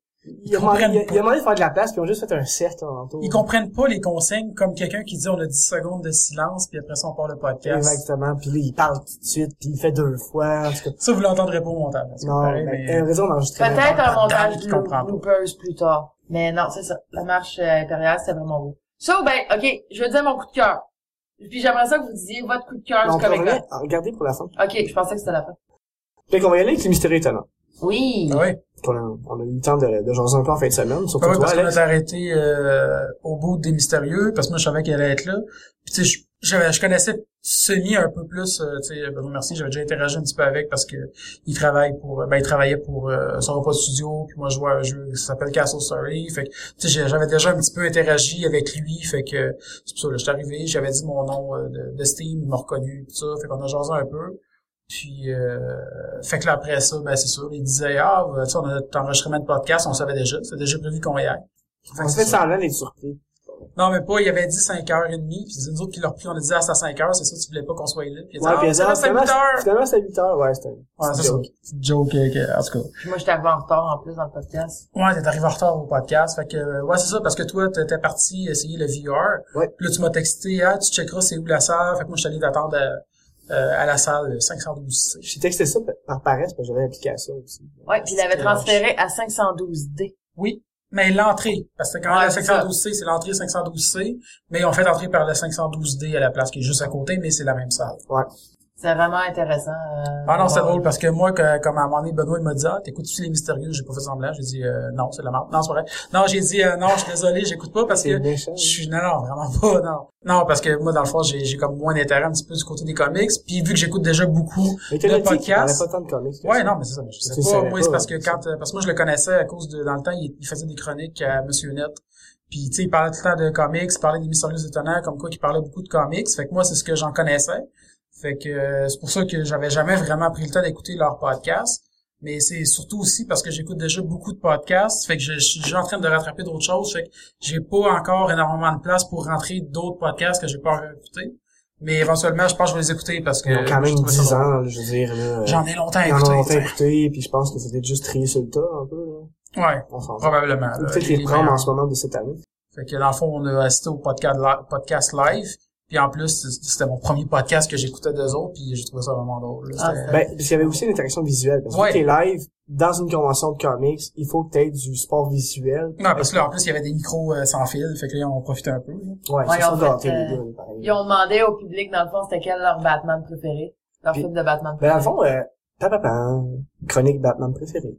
Ils ont demandé
comprennent
il a-
pas.
il a demandé de faire de la place, puis ils ont juste fait un cercle autour.
Ils comprennent pas les consignes comme quelqu'un qui dit on a 10 secondes de silence puis après ça on part le podcast.
Exactement. Puis là, il parle tout de suite, puis il fait deux fois. En tout cas,
Ça vous l'entendrez pas au montage. parce que
non,
pareil,
mais,
mais-
raison d'enregistrer.
Peut-être un
Madame
montage
qui
de
comprend pas.
bloopers plus tard. Mais non, c'est ça. La marche euh, impériale, c'était vraiment beau. Ça, ben, OK, je veux dire mon coup de cœur. Puis j'aimerais ça que vous disiez votre coup de cœur
On
du
peut
Comic
revenir- ah, regardez pour la fin.
OK, je pensais que c'était la fin.
Fait qu'on va y aller avec les mystérieux étonnants.
Oui.
Ah ouais.
On a, on a eu le temps de, de jaser un peu en fin de semaine, surtout
Ah ouais,
toi,
parce qu'on
Alex.
a arrêté euh, au bout des mystérieux, parce que moi je savais qu'elle allait être là. Puis tu sais, je, j'avais- je connaissais semi un peu plus, euh, tu sais, Benoît Mercier, j'avais déjà interagi un petit peu avec parce que il travaille pour, ben il travaillait pour euh, son repas de studio, puis moi je vois un jeu qui s'appelle Castle Story, fait que tu sais, j'ai- j'avais déjà un petit peu interagi avec lui, fait que euh, c'est pour ça là, je suis arrivé, j'avais dit mon nom euh, de, de Steam, il m'a reconnu, tout ça, fait qu'on a jasé un peu. Puis, euh, fait que là, après ça, ben, c'est sûr, il disait, ah, ben, tu sais, on a notre enregistrement de podcast, on le savait déjà, c'est déjà prévu qu'on y aille. Fait
On
que
se fait
c'est ça.
semblant d'être surpris.
Non, mais pas, il avait dit 5h30, puis c'est nous autres qui leur pris, on a dit, ah, c'est à 5h, c'est ça, tu voulais pas qu'on soit là. Puis il a dit,
Ouais,
ah,
puis
c'est à
finalement,
5h!
c'est- finalement, c'est à 8 heures. Ouais, c'était
Ouais, c'est ça,
joke.
petite joke, euh, que- en tout cas.
Puis moi, j'étais arrivé en retard, en plus, dans le podcast.
Ouais, t'es arrivé en retard au podcast. Fait que, euh, ouais, c'est ça, parce que toi, t'es t'es parti essayer le VR.
Ouais.
Puis là, tu m'as texté, ah, tu checkeras c'est où la salle. Fait que moi, je suis allé t'attendre à, euh, à la salle 512.
J'ai texté ça par paresse, parce que j'avais l'application aussi.
Ouais, puis il l'avait transféré à 512D.
Oui, mais l'entrée, parce que quand
Ouais,
la
c'est ça.
512C, c'est l'entrée 512C, mais on fait l'entrée par la 512D à la place qui est juste à côté, mais c'est la même salle.
Ouais.
C'est vraiment intéressant. euh,
Ah non, c'est
bon.
drôle, parce que moi, que- comme à un moment donné, Benoît, il m'a dit, ah, t'écoutes-tu les mystérieux? J'ai pas fait semblant. J'ai dit, euh, non, c'est de la merde. Non, c'est pas vrai. Non, j'ai dit, euh, non, je suis désolé, j'écoute pas parce
C'est
que
méchant.
je suis, non, non, vraiment pas, non. Non, parce que moi, dans le fond, j'ai, j'ai comme moins d'intérêt un petit peu du côté des comics. Puis vu que j'écoute déjà beaucoup
Mais
de
t'as dit qu'il y avait
podcasts.
pas tant de comics. que
Ouais,
ça.
non, mais c'est ça. mais Je
Tu
sais
le
pas.
savais
Moi,
pas,
c'est parce que
ouais.
quand, euh, parce que moi, je le connaissais à cause de, dans le temps, il, il faisait des chroniques à Monsieur Net. Puis, tu sais, il parlait tout le temps de comics, il parlait des mystérieux étonnants, comme quoi, il parlait beaucoup de comics. Fait que moi, c'est ce que j'en connaissais. Fait que euh, c'est pour ça que j'avais jamais vraiment pris le temps d'écouter leur podcast. Mais c'est surtout aussi parce que j'écoute déjà beaucoup de podcasts. Fait que je, je suis déjà en train de rattraper d'autres choses. Fait que j'ai pas encore énormément de place pour rentrer d'autres podcasts que j'ai pas encore écoutés. Mais éventuellement, je pense que je vais les écouter parce que.
Ils ont quand
je
même
trouvais ça
10
drôle.
ans, là, je veux dire, là.
J'en ai longtemps
Ils en ont
écouté.
longtemps
tu sais.
écouté, puis je pense que c'était juste trier sur le tas, un peu, là.
Ouais,
On s'en fout.
probablement.
Ou
là,
Peut-être les prendre
meilleurs.
en ce moment de cette année.
Fait que dans le fond, on a assisté au podcast, li- podcast live. Puis en plus, c- c'était mon premier podcast que j'écoutais d'eux autres, puis j'ai trouvé ça vraiment drôle. là.
Ah,
C'était-
Ben, parce qu'il y avait aussi une interaction visuelle. Parce que
Ouais.
t'es live, dans une convention de comics, il faut que t'aies du sport visuel.
non, parce que là, en plus, il y avait des micros euh, sans fil, fait que là, on en profitait un peu. là.
Ouais,
Ouais,
ils se
en
sont
fait,
gâtés,
euh,
les gars, là, pareil.
Ils ont demandé au public, dans le fond, c'était quel leur Batman préféré. Leur
Puis-
film de Batman
Ben,
préféré.
dans le fond, euh, papapam, chronique Batman préférée.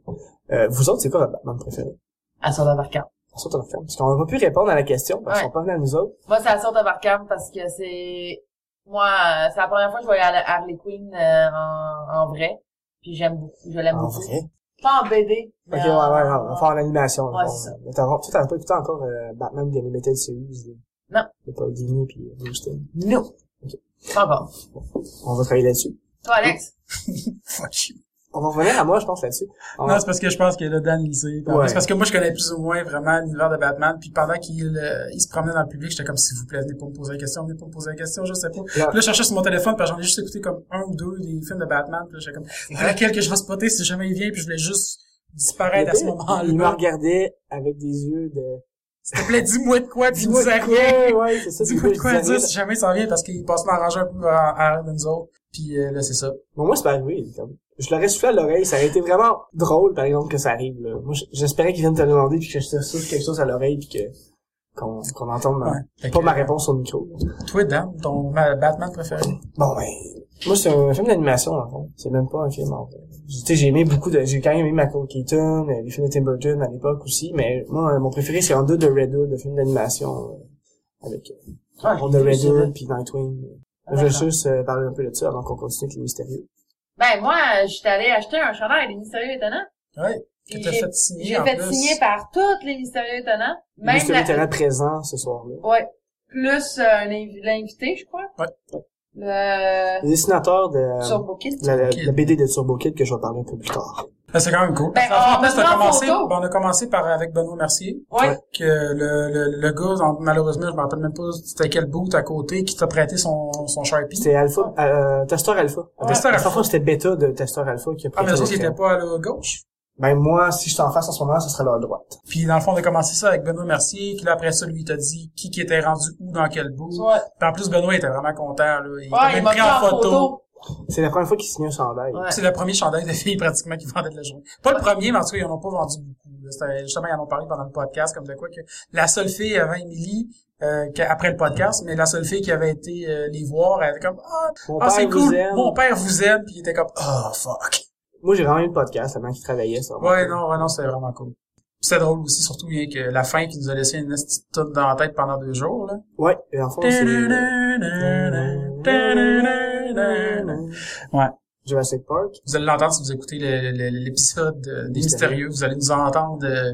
Euh, vous autres, c'est quoi votre Batman préféré?
À Sword of Arkham.
Pour ça, t'en fais. Parce qu'on n'a pas pu répondre à la question, parce
Ouais.
qu'on parlait à nous autres.
Moi, c'est à Sword of Arkham parce que c'est... Moi, euh, c'est la première fois que je voyais Har- Harley Quinn euh, en, en vrai. Puis j'aime beaucoup. Je l'aime
En
beaucoup.
vrai.
Pas en BD.
Ok,
mais
ouais, ouais, ouais,
en-
on va faire en animation.
Ben, euh, Ouais,
genre. euh,
c'est ça.
Mais t'as, tu t'as pas écouté encore euh, Batman The Animated Series. là.
Non.
De Paul Dini puis euh, Bruce Timm.
Non. Pas encore.
On va travailler là-dessus.
Toi, Alex?
Fuck you.
On va revenir à moi, je pense, là-dessus. On va-
Non, c'est parce que je pense que là, Dan, il sait. En
Ah. Ouais.
plus, parce que moi, je connais plus ou moins vraiment l'univers de Batman, puis pendant qu'il euh, il se promenait dans le public, j'étais comme, s'il vous plaît, venez pas me poser la question, venez pas me poser la question, je sais pas. Puis là, je cherchais sur mon téléphone, parce que j'en ai juste écouté comme un ou deux des films de Batman, puis là, j'étais comme, ah, laquelle que je vais spotter si jamais il vient, puis je voulais juste disparaître à ce
Il- Il me
moment-là.
regardait avec des yeux de...
S'il te plaît, dis-moi de quoi, tu
Dis-moi
disais
de quoi,
rien.
Ouais, c'est ça. puis
Dis-moi de
je
quoi
disais
dire
rien.
si jamais ça vient, parce qu'il passe m'arranger un peu à à de nous autres. Puis euh, là, c'est ça.
Bon, moi, c'est pas arrivé. Comme... Je l'aurais soufflé à l'oreille. Ça aurait été vraiment drôle, par exemple, que ça arrive. Là. Moi, j- j'espérais qu'il vienne te demander puis que je te souffle quelque chose à l'oreille puis que qu'on qu'on entende ma-
Ouais. Fait
pas
que,
ma réponse au micro.
Toi, Dan, ton ma- Batman préféré.
Bon ben, moi c'est un film d'animation en fait. C'est même pas un film en fait. Tu sais, j'ai aimé beaucoup de. J'ai quand même aimé Michael Keaton, euh, les films de Tim Burton à l'époque aussi, mais moi, euh, mon préféré c'est en deux de Red Hood, le film d'animation euh, avec euh,
Ah,
Ron de
j'ai vu
Red
ça, là.
Hood puis Nightwing.
Ah,
je vais
d'accord.
juste euh, parler un peu de ça avant qu'on continue avec les mystérieux.
Ben, moi, j'étais allée acheter un chandail des Mystérieux Étonnants.
Ouais. Que
Puis
t'as
j'ai-
fait signer,
J'ai
en
fait
plus.
signer par toutes les Mystérieux Étonnants.
Les
Même
mystérieux
la-
étaient là présents ce soir-là.
Ouais. Plus euh, un invi- l'invité, je crois.
Ouais.
Le...
Le dessinateur de euh,
Turbo Kid.
de la,
Kid.
de la BD de Turbo Kid que je vais parler un peu plus tard.
Ben, c'est quand même cool.
Ben,
Enfin,
on
en plus,
me prend en
commencé,
photo.
ben, on a commencé par, avec Benoît Mercier.
Ouais.
Que le, le, le gars, en- malheureusement, je me rappelle même pas c'était quel boot à côté qui t'a prêté son, son Sharpie.
C'était Alpha, euh, Testeur Alpha.
Ouais. Testeur
La
Alpha.
première fois, c'était Beta de Testeur Alpha qui a
Ah, mais
le
ça,
film.
c'était pas à la gauche.
Ben moi, si je t'en face en ce moment, ce serait leur droite.
Puis, dans le fond, on a commencé ça avec Benoît Mercier, qui là, après ça, lui, t'a dit qui, qui était rendu où, dans quel boot.
Ouais.
Puis en plus, Benoît était vraiment content, là. Il t'a
Ouais, il
même
m'a
pris en photo.
C'est la première fois qu'ils signent un chandail.
Ouais.
C'est le premier chandail de filles, pratiquement, qui vendait de la journée. Pas le premier, mais en tout cas, ils en ont pas vendu beaucoup, là. C'était- Justement, ils en ont parlé pendant le podcast, comme de quoi que la seule fille avant Émilie, euh, qu'a- après le podcast, mais la seule fille qui avait été euh, les voir, elle était comme, ah,
Mon
ah,
père
c'est
vous
cool,
aime.
mon père vous aime, puis il était comme, oh, fuck.
Moi, j'ai vraiment eu le podcast avant qu'ils travaillaient ça.
Ouais, non, ouais, non, c'était vraiment cool. Puis C'était drôle aussi, surtout bien que la fin qui nous a laissé une petite toute dans la tête pendant deux jours, là.
Ouais, et en fond, c'est...
Ouais.
Jurassic Park.
Vous allez l'entendre si vous écoutez le- le- le- l'épisode euh, des Mystérieux.
Mystérieux.
Vous allez nous entendre euh,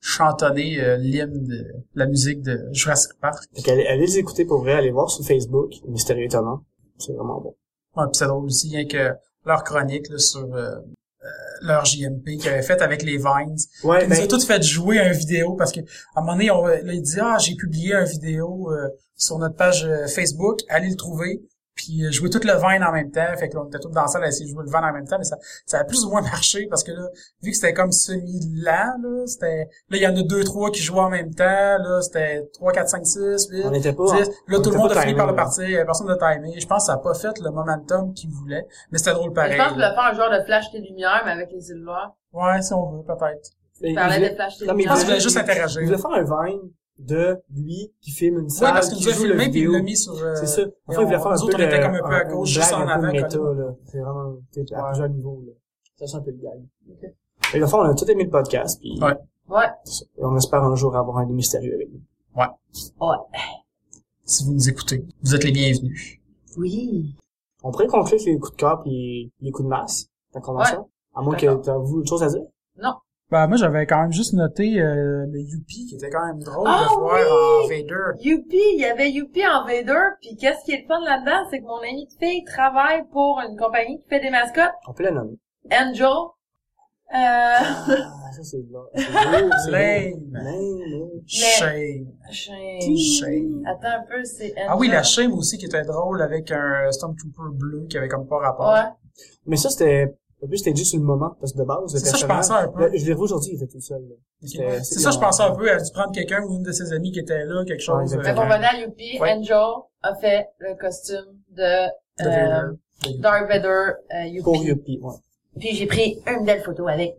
chantonner euh, l'hymne de la musique de Jurassic Park.
Fait qu'allez, allez les écouter pour vrai, allez voir sur Facebook, Mystérieux Étonnant. C'est vraiment bon.
Ouais, puis c'est drôle aussi, rien que leur chronique là, sur euh, euh, leur JMP qu'ils avaient faite avec les Vines.
Ouais,
Ils nous ont
ben,
toutes fait jouer un vidéo parce que à un moment donné, on, là, il dit Ah, j'ai publié un vidéo euh, sur notre page euh, Facebook, allez le trouver. Puis euh, jouer tout le vin en même temps. Fait que là, on était tous dans la salle à essayer de jouer le vin en même temps, mais ça, ça a plus ou moins marché parce que là, vu que c'était comme semi-lent, là, c'était. Là, il y en a deux, trois qui jouaient en même temps. Là, c'était 3, 4, 5, 6, 8.
on n'était pas...
Là,
on
tout
était
le monde
pas
a fini
timé,
par le
là.
partir, Euh, personne n'a timé. Je pense que ça n'a pas fait le momentum qu'il voulait, mais c'était drôle
Je
pareil.
pense que je
là.
voulais faire un genre de flash tes lumières, mais avec les cellulaires.
Ouais, si on veut, peut-être.
Mais
Je
ils
parlais
voulaient-
de flash tes
Non, mais
Je
lumières.
pense qu'il
voulaient-
voulait juste interagir.
ils voulaient faire un vine de lui qui filme une
Ouais,
salle,
parce qu'il
qui
nous a
joue le
filmé puis il
vidéo.
l'a mis sur. euh,
C'est ça. En
et
fait, il voulait
on-
faire un
nous
peu
autres, on
de-
était comme un peu à gauche,
une blague
juste en
un peu
avant,
méta,
comme-
là. C'est vraiment, tu sais, à
Ouais.
plusieurs niveaux, là. Ça, c'est un peu le gag. Et le fond, on a tout aimé le podcast, puis
Ouais.
Ouais.
et on espère un jour avoir un des mystérieux avec nous.
Ouais.
Si vous nous écoutez, vous êtes les bienvenus.
Oui.
On pourrait conclure sur les coups de cœur puis les coups de masse, la convention. À moins que
D'accord.
t'as vous autre chose à dire.
Bah moi j'avais quand même juste noté euh, le Yuppie qui était quand même drôle
Ah
de voir
oui!
en Vader.
Youpi, il y avait Youpi en Vader, puis qu'est-ce qui est le fun là-dedans, c'est que mon ami de fille travaille pour une compagnie qui fait des mascottes,
On peut la nommer.
Angel. Euh,
Ah, ça c'est là. C'est beau, c'est beau.
Lame.
Lame.
Shame.
j'ai-
Shame.
attends un peu, c'est Angel.
Ah oui, la shame aussi qui était drôle avec un Stormtrooper bleu qui avait comme pas rapport.
Ouais.
Mais ça, c'était, en plus, c'était juste sur le moment, parce que de base, le
C'est ça, je
personnage-
pensais un peu.
le- je l'ai revu aujourd'hui, il était tout seul, là. C'était-
C'est ça, je pensais un peu à dû prendre quelqu'un ou une de ses amies qui était là, quelque
Ouais,
chose. euh,
exactement.
Mais
Ouais.
pour revenir à Youpi,
Ouais.
Angel a fait le costume de,
de
euh,
Vader.
Darth Vader, euh, Youpi.
Pour Yuppie, ouais.
Puis j'ai pris une belle photo avec.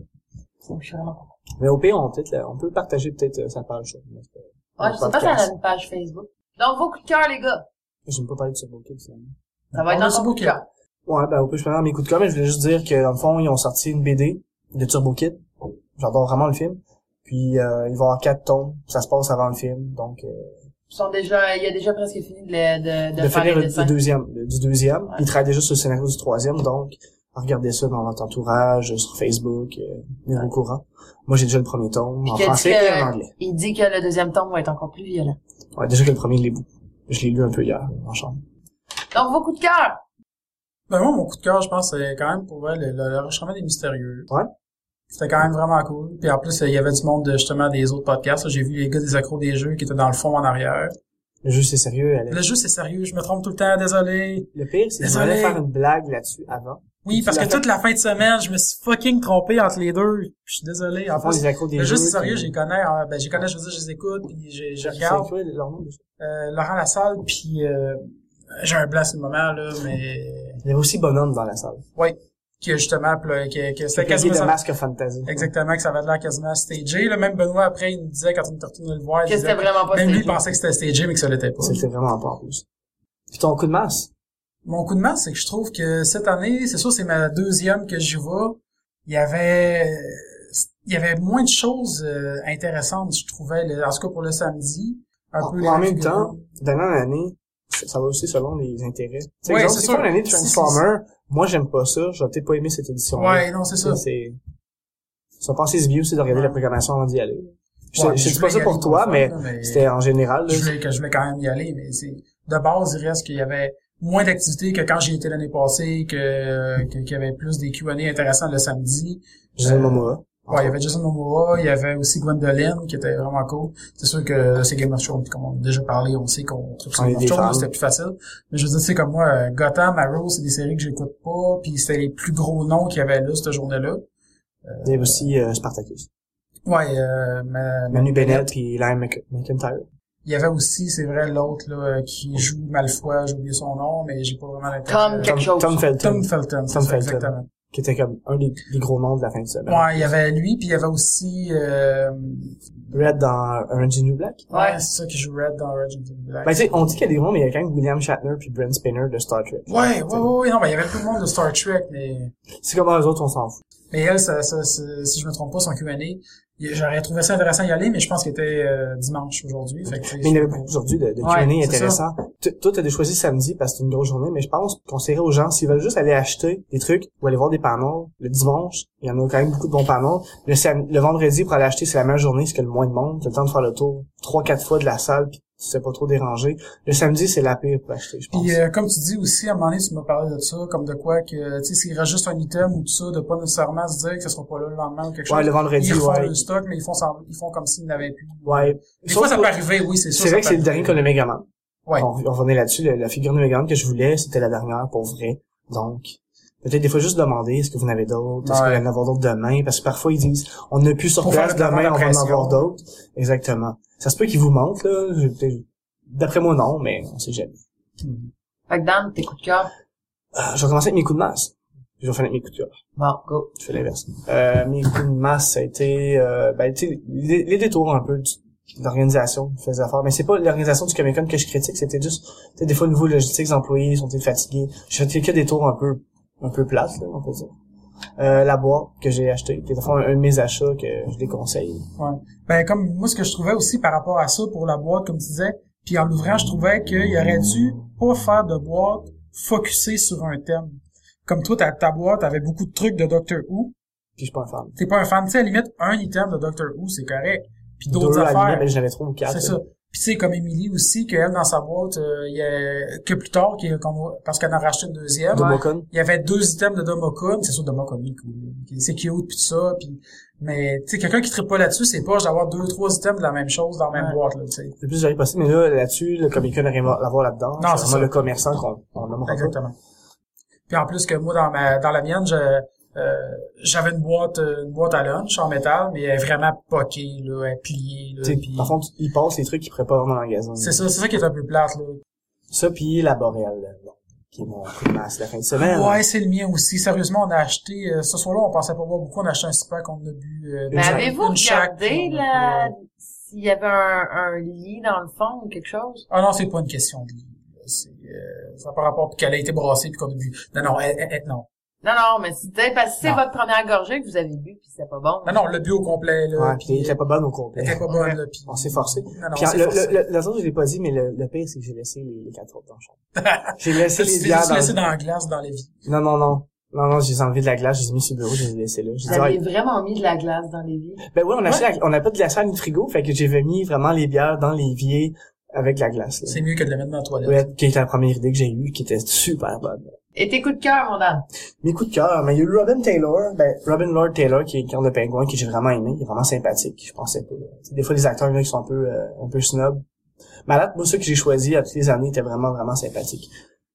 Oh, Je suis vraiment contente.
Mais au pire, on, peut-être la- on peut partager peut-être euh, sa page. ça. Mais c'est-
Ouais,
le
Ah, je sais pas si elle a
podcast.
une page Facebook. Donc vos coups de cœur, les gars.
J'aime pas parler de ce bouquet, finalement.
Ça va être
On a
dans
ce
ton coup de cœur.
Ouais, ben, au pire, je peux dans mes coups de cœur, mais je voulais juste dire que, dans le fond, ils ont sorti une BD de Turbo Kid. J'adore vraiment le film. Puis, euh, ils vont avoir quatre tomes. Ça se passe avant le film. Donc, euh,
Ils sont déjà, il a déjà presque fini de, le- de, de,
de
faire les
finir le,
dessins.
le deuxième, le- du deuxième.
Ouais.
Ils travaillent déjà sur le scénario du troisième. Donc, regardez ça dans votre entourage, euh, sur Facebook, euh, venez au courant. Moi, j'ai déjà le premier tome,
Puis
en
qu'il a dit
français
que-
et en anglais.
Il dit que le deuxième tome va être encore plus violent.
Ouais, déjà que le premier, je l'ai, je l'ai lu un peu hier, en chambre.
Donc, vos coups de cœur!
Ben moi, mon coup de cœur, je pense, c'est quand même pour vrai, le, le, le enregistrement des mystérieux.
Ouais.
C'était quand même vraiment cool. Puis en plus, il y avait du monde de, justement des autres podcasts. là. J'ai vu les gars des accros des jeux qui étaient dans le fond en arrière.
Le jeu, c'est sérieux, Alex.
Le jeu, c'est sérieux, je me trompe tout le temps, désolé.
Le pire, c'est que
Désolé.
j'allais faire une blague là-dessus avant.
Oui,
Tu
parce
l'as
que
fait?
toute la fin de semaine, je me suis fucking trompé entre les deux. Je suis désolé. En
Avant
plus,
les accros des
le jeu,
jeux
c'est sérieux,
qui-
j'y connais. hein. Ben, j'y connais, je veux dire, je les écoute, puis je, je
C'est
regarde.
quoi leur nom, déjà?
Euh, Laurent Lassalle, puis euh, j'ai un blanc sur le moment, là, mais...
Il y avait aussi Bonhomme dans la salle.
Ouais. qui a justement, pla- que, que c'était
C'était
quasiment
de
ça.
masque fantasy.
Exactement, que ça avait l'air quasiment stagé. Là, même Benoît, après, il nous disait, quand on est retourné le voir, il
Que
disait-
c'était vraiment pas
même lui, il
stagé.
pensait que c'était stagé, mais que ça l'était pas.
C'était vraiment pas en plus. Puis ton coup de masse.
Mon coup de main, c'est que je trouve que cette année, c'est sûr, c'est ma deuxième que j'y vais. Il y avait, il y avait moins de choses euh, intéressantes, je trouvais, le- en tout cas pour le samedi. Un
En,
peu
Ah, en
les
même
figurines.
temps, d'année en année, ça ça va aussi selon les intérêts. Tu sais,
Ouais,
exemple,
c'est
si
sûr.
tu fais une année de
Si, si,
Transformer, moi j'aime pas ça, j'aurais peut-être pas aimé cette édition.
Ouais, non, c'est ça.
C'est, ça passait ce vieux, c'est de regarder la programmation avant d'y aller. Je,
Ouais,
je,
je
dis
voulais
pas ça
y
pour
aller
toi,
pour le
mais
fun, là, mais-
c'était en général, là,
Je voulais, que je voulais quand même y aller, mais c'est, de base, il reste qu'il y avait moins d'activités que quand j'y étais l'année passée, que, que- qu'il y avait plus des Q&A intéressants le samedi.
Jason Momoa.
euh, Ouais, il y avait Jason Momoa, il y avait aussi Gwendoline, qui était vraiment cool. C'est sûr que c'est Game of Thrones, puis comme on a déjà parlé, on sait qu'on trouve ça
On est
Game of
des
Thrones,
fans.
c'était plus facile. Mais je veux dire, c'est comme moi, euh, Gotham, Arrow, c'est des séries que j'écoute pas, puis c'était les plus gros noms qu'il y avait là, cette journée-là.
Il y avait aussi euh, Spartacus.
Ouais, euh, ma-
Manu Bennett puis Liam Mc- McIntyre.
il y avait aussi, c'est vrai, l'autre là euh, qui joue Malfoy, j'ai oublié son nom, mais j'ai pas vraiment l'intérêt.
Tom quelque
Tom,
chose.
Tom Felton,
Tom Felton, c'est ça,
Tom Felton.
exactement.
qui était comme un des, des gros noms de la fin de semaine.
Ouais, il y avait lui, puis il y avait aussi... Euh,
Red dans Orange is the New Black.
ouais,
Ouais.
c'est ça qui joue Red dans Origin of the Black.
Ben, tu sais, on dit qu'il y a des noms, mais il y a quand même William Shatner puis Brent Spinner de Star Trek.
Ouais, ouais, ouais, ouais, non, ben, il y avait tout le monde de Star Trek, mais,
C'est comme ah, les autres, on s'en fout.
mais elle, ça, ça, ça- si je me trompe pas, son Q&A, il- j'aurais trouvé ça intéressant d'y aller, mais je pense qu'il était euh, dimanche aujourd'hui, fait que, tu sais,
Mais il y en avait
je-
beaucoup aujourd'hui de, de
Ouais,
Q&A
c'est
intéressants. T- Toi, t'as choisi samedi parce que c'est une grosse journée, mais je pense conseillerait aux gens, s'ils veulent juste aller acheter des trucs ou aller voir des panneaux, le dimanche, il y en a quand même beaucoup de bons panneaux. Le, sam- le vendredi, pour aller acheter, c'est la meilleure journée, c'est que le moins de monde. T'as le temps de faire le tour trois, quatre fois de la salle puis tu sais pas trop déranger. Le samedi, c'est la pire pour acheter, je pense.
Puis euh, comme tu dis aussi, à un moment donné, tu m'as parlé de ça, comme de quoi que, tu sais, s'il reste juste un item ou tout ça, de pas nécessairement se dire que ce sera pas là le lendemain ou quelque
ouais,
chose.
le vendredi,
ils refont
ouais.
le stock, mais ils font, semblant- ils font comme s'ils n'avaient plus.
Ouais.
Des
Sauf
fois, ça
que-
peut arriver, oui, c'est sûr.
C'est
ça
vrai que
peut
c'est le dernier
arriver.
qu'on a Megaman.
Ouais.
On, on revenait là-dessus. le- la figure de Megaman que je voulais, c'était la dernière pour vrai. Donc, peut-être des fois juste demander est-ce que vous en avez d'autres, est-ce
Ouais.
que vous en avoir d'autres demain, parce que parfois ils disent on n'a plus sur
Pour
place
faire le
demain,
temps
on
de
va en
pression.
avoir d'autres. Exactement. Ça se peut qu'ils vous mentent là. J'ai peut-être- D'après moi non, mais on sait jamais.
Fait que Dan, tes coups de cœur.
Euh, je vais commencer avec mes coups de masse. Je vais finir avec mes coups de cœur.
Bon, go.
Je fais l'inverse. Euh, mes coups de masse, ça a été, euh, ben, tu sais, les, les détours un peu du- de l'organisation qui faisait affaire. Mais c'est pas l'organisation du Comic Con que je critique, c'était juste, tu sais, des fois, au niveau logistique, les employés sont-ils fatigués. J'ai fait quelques détours un peu, un peu plates, là, on peut dire. Euh, la boîte que j'ai achetée, qui est au fond un, un de mes achats que je déconseille.
Ouais. Ben comme moi ce que je trouvais aussi par rapport à ça pour la boîte comme tu disais, puis en l'ouvrant je trouvais qu'il aurait dû pas faire de boîte focusée sur un thème. Comme toi ta, ta boîte avait beaucoup de trucs de Doctor Who,
Puis je suis pas un fan.
t'es pas un fan, tu sais à la limite un item de Doctor Who c'est correct, puis d'autres
Deux, à la limite,
affaires.
mais j'en avais trois ou quatre.
C'est
là.
ça. Puis tu sais, comme Émilie aussi, qu'elle, dans sa boîte, euh, il y a, que plus tard, qu'il y a- qu'on- parce qu'elle en a racheté une deuxième,
De Mocon.
il y avait deux items de Domocon, c'est sûr Domocon il est cool, il- c'est cute puis tout ça, puis mais tu sais quelqu'un qui tripe pas là-dessus, c'est pas d'avoir deux trois items de la même chose dans la même
Ouais.
boîte là, tu sais.
Le plus j'aurais possible, mais là, là-dessus, le Comic Con n'a rien à à voir là-dedans.
Non, c'est
vraiment
ça.
le commerçant qu'on, on nommera pas.
Exactement. Puis en plus que moi dans ma dans la mienne, je, euh, j'avais une boîte euh, une boîte à lunch en métal, mais elle est vraiment poquée là, elle est pliée là,
Tu sais,
puis
Par contre, ils passent les trucs qu'ils préparent dans le magasin.
c'est ça, c'est ça qui est un peu plate là.
Ça, puis la Boréale, là, bon, qui est mon coup de masse de la fin de semaine.
Ouais, c'est le mien aussi. Sérieusement, on a acheté, euh, ce soir-là, on pensait pas boire beaucoup, on a acheté un super qu'on a bu. euh,
Une
Mais
chaque- euh,
avez-vous
une chaque,
regardé
puis on a
la...
pas-
s'il y avait un, un lit dans le fond ou quelque chose?
Ah non, c'est pas une question de livre, là. C'est, euh, ça par rapport qu'elle a été brassée puis qu'on a bu. Non, non, elle- elle- elle- non.
Non, non, mais c'était parce que c'est
Non.
votre première gorgée que vous avez bu puis c'était pas bon.
Non, non, le bu au complet, là.
Ouais,
puis
puis elle était pas bonne au
elle
complet.
était pas bonne, là, puis...
On s'est forcé.
Non, non,
Puis
on s'est
le,
forcé.
le, le, l'autre jour, je l'ai pas dit, mais le, le pire, c'est que j'ai laissé les, les quatre autres dans le champ. J'ai laissé
Tu
les
les as
bières
juste
dans...
laissés dans la glace, dans les vies.
Non, non, non. Non, non, je les ai enlevés de la glace, je les ai mis sur le bureau, je les ai laissés là. J'ai
Vous
dit,
avez
ah,
vraiment mis de la glace dans les lits.
ben oui, on a acheté la- on n'a pas de glacière ni de frigo, fait que j'avais mis vraiment les bières dans l'évier avec la glace, là.
C'est mieux que de le mettre dans la toilette.
Ouais, qui était la première idée que j'ai eue, qui était super bonne.
Et tes coups de cœur, mon Dan?
Mes coups de cœur, mais il y a eu Robin Taylor, ben, Robin Lord Taylor, qui est le de pingouin, que j'ai vraiment aimé, il est vraiment sympathique, je pensais pas. Tu sais, Des fois, les acteurs, là, qui sont un peu, euh, un peu snobs. Malade, moi, ceux que j'ai choisis à toutes les années étaient vraiment, vraiment sympathiques.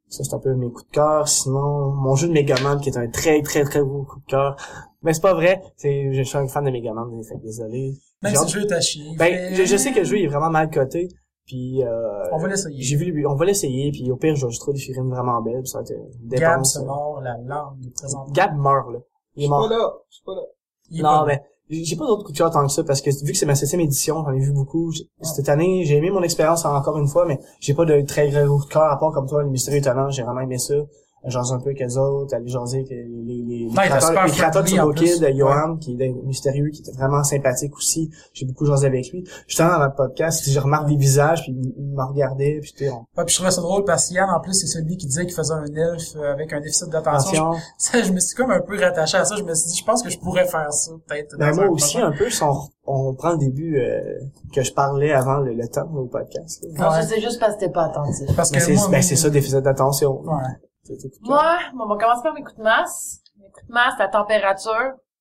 Ça, c'est un peu mes coups de cœur. Sinon, mon jeu de Megaman, qui est un très, très, très beau coup de cœur. Mais c'est pas vrai, c'est, je suis un fan de Megaman, fait que désolé.
Même si
J'ai hâte-
le jeu est à chier.
ben, je, je sais que le jeu il est vraiment mal coté, Puis euh,
On va l'essayer.
j'ai vu le- on va l'essayer puis au pire je vais juste trouver des figurines vraiment belles puis ça va être une
Gab
dépense.
se mord la langue présentement.
Gab meurt là. Il est mort.
là, je suis pas là.
Il est
non
pas-
mais j'ai j'ai pas d'autres coups de cœur tant que ça parce que vu que c'est ma septième édition, j'en ai vu beaucoup. J'ai-
Ah.
Cette année, j'ai aimé mon expérience encore une fois, mais j'ai pas de très gros coup de cœur à part comme toi, les mystérieux étonnants, j'ai vraiment aimé ça. Euh, J'en un peu avec les autres, aller jaser avec les, les, les, les
Ouais, t'as
créateurs,
super
les créateurs de
friendly, en
Turbo Kid, euh,
plus.
Johan, qui est mystérieux, qui était vraiment sympathique aussi. J'ai beaucoup jasé avec lui. Justement, dans le podcast, je remarque des visages, puis il me regardait, puis tu sais, on-
Ouais, puis je trouvais ça drôle parce qu'Yann, en plus, c'est celui qui disait qu'il faisait un elfe euh, avec un déficit d'attention.
attention.
Je- Ça, je me suis comme un peu rattaché à ça. Je me suis dit, je pense que je pourrais faire ça, peut-être.
Ben,
dans
moi
un
aussi,
prochain-
un peu, si on, on prend le début euh, que je parlais avant le, le temps au podcast. là.
Non,
Ouais.
ça, c'est juste parce que t'es pas attentif.
Parce
Mais
que
c'est
moi,
ben, c'est ça, déficit d'attention.
Ouais.
C'est- c'est cool.
Moi, bon, on commence par mes coups de masse. Mes coups de masse, la température.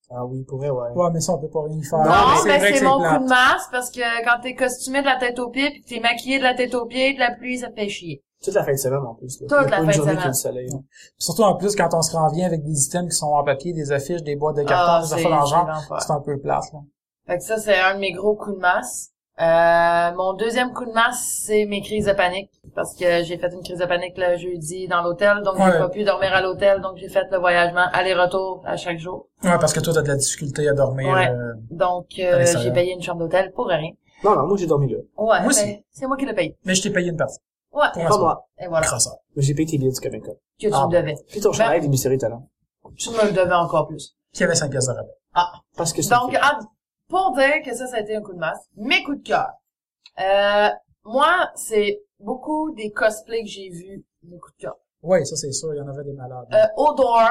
Ah oui, pour vrai, ouais.
Ouais, mais ça, on peut pas rien y faire.
Non, mais
vrai que
c'est mon
plate.
coup de masse parce que quand t'es costumé de la tête aux pieds puis que t'es maquillé de la tête aux pieds, de la pluie, ça te fait chier.
Toute la fin de semaine, en plus. Là.
Toute
Il y a
la
pas
fin
une
de
journée
semaine.
qu'il y a du soleil.
Puis Surtout en plus quand on se renvient avec des items qui sont en papier, des affiches, des boîtes de carton, des
Ah, c'est
affaires dans le
c'est
genre,
l'enfer.
c'est un peu plate. Là.
Fait que ça, c'est un de mes gros coups de masse. Euh, mon deuxième coup de masse, c'est mes crises de panique. Parce que j'ai fait une crise de panique le jeudi dans l'hôtel, donc
Ouais.
j'ai pas pu dormir à l'hôtel, donc j'ai fait le voyagement aller-retour à chaque jour.
Ouais, parce que toi, t'as de la difficulté à dormir.
Ouais.
euh,
Donc, euh,
À l'extérieur.
j'ai payé une chambre d'hôtel pour rien.
Non, non, moi, j'ai dormi là.
Ouais,
Moi aussi.
mais c'est moi qui l'ai payé.
Mais je t'ai payé une partie.
Ouais,
Pour
Pas
l'instant.
moi.
et voilà,
Crosseur.
Mais J'ai payé tes billets du Comic Con.
que tu
Ah.
me devais.
Puis ton chandail
Ben-
des mystérieux talents.
Tu me le devais encore plus.
Puis il y avait 5 pièces de rabais.
Parce que c'est
Donc,
une fille.
en- pour dire que ça, ça a été un coup de masse, mes coups de cœur. Euh, moi, c'est beaucoup des cosplays que j'ai vus, mes coups de cœur.
Ouais, ça c'est sûr, il y en avait des malades.
Euh, Odor,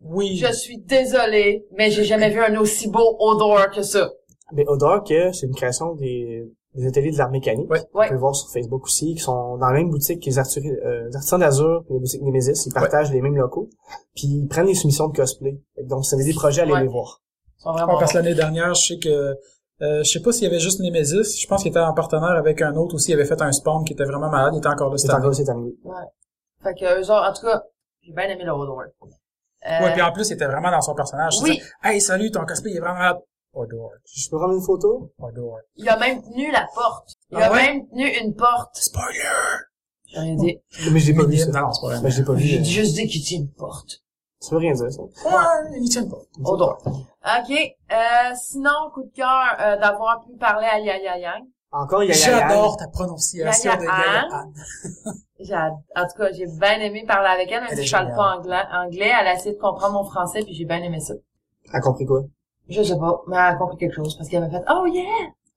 oui.
je suis désolée, mais j'ai jamais vu un aussi beau Odor que ça.
Mais Odor, que c'est une création des, des ateliers de l'art mécanique.
Ouais.
On
Ouais.
peut le voir sur Facebook aussi, qui sont dans la même boutique que les, Arturi- euh, les artisans d'Azur et les boutiques Nemesis. Ils partagent les mêmes locaux. Puis ils prennent les soumissions de cosplay. Fait que Donc, si vous avez des projets, allez
Ouais.
les voir.
Ils sont
Ouais,
vraiment
parce que
bons.
l'année dernière, je sais que euh, je sais pas s'il y avait juste Nemesis, je pense qu'il était en partenaire avec un autre aussi, il avait fait un spawn qui était vraiment malade, il était encore là cette
C'est
année.
encore cette année.
Fait que, eux autres, en tout cas, j'ai bien aimé le Odor. Euh,
Ouais, puis en plus, il était vraiment dans son personnage. Je
oui,
disais, Hey, salut, ton cosplay il est vraiment malade. Odor,
Je peux prendre une photo?
Odor.
il a même tenu la porte. Il
Ah
a
ouais?
même tenu une porte.
Spoiler!
J'ai rien dit.
Mais je l'ai pas vu, ça.
Minime. Non, c'est pas vrai.
Ben, je l'ai pas vu.
J'ai
euh,
juste dit qu'il tient une porte.
Ça veut rien dire, ça.
Ouais, il tient pas.
Au droit. OK. Euh, sinon, coup de cœur euh, d'avoir pu parler à Yaya Yang.
Encore, il y a
J'adore ta prononciation
Yaya
de Yaya
Anne.
Anne.
J'ai- En tout cas, j'ai bien aimé parler avec elle, même
Elle
si
est
je parle
géniale.
pas anglais. anglais. Elle a essayé de comprendre mon français, puis j'ai bien aimé ça.
A compris quoi?
Je sais pas, mais elle a compris quelque chose, parce qu'elle m'a fait « Oh yeah!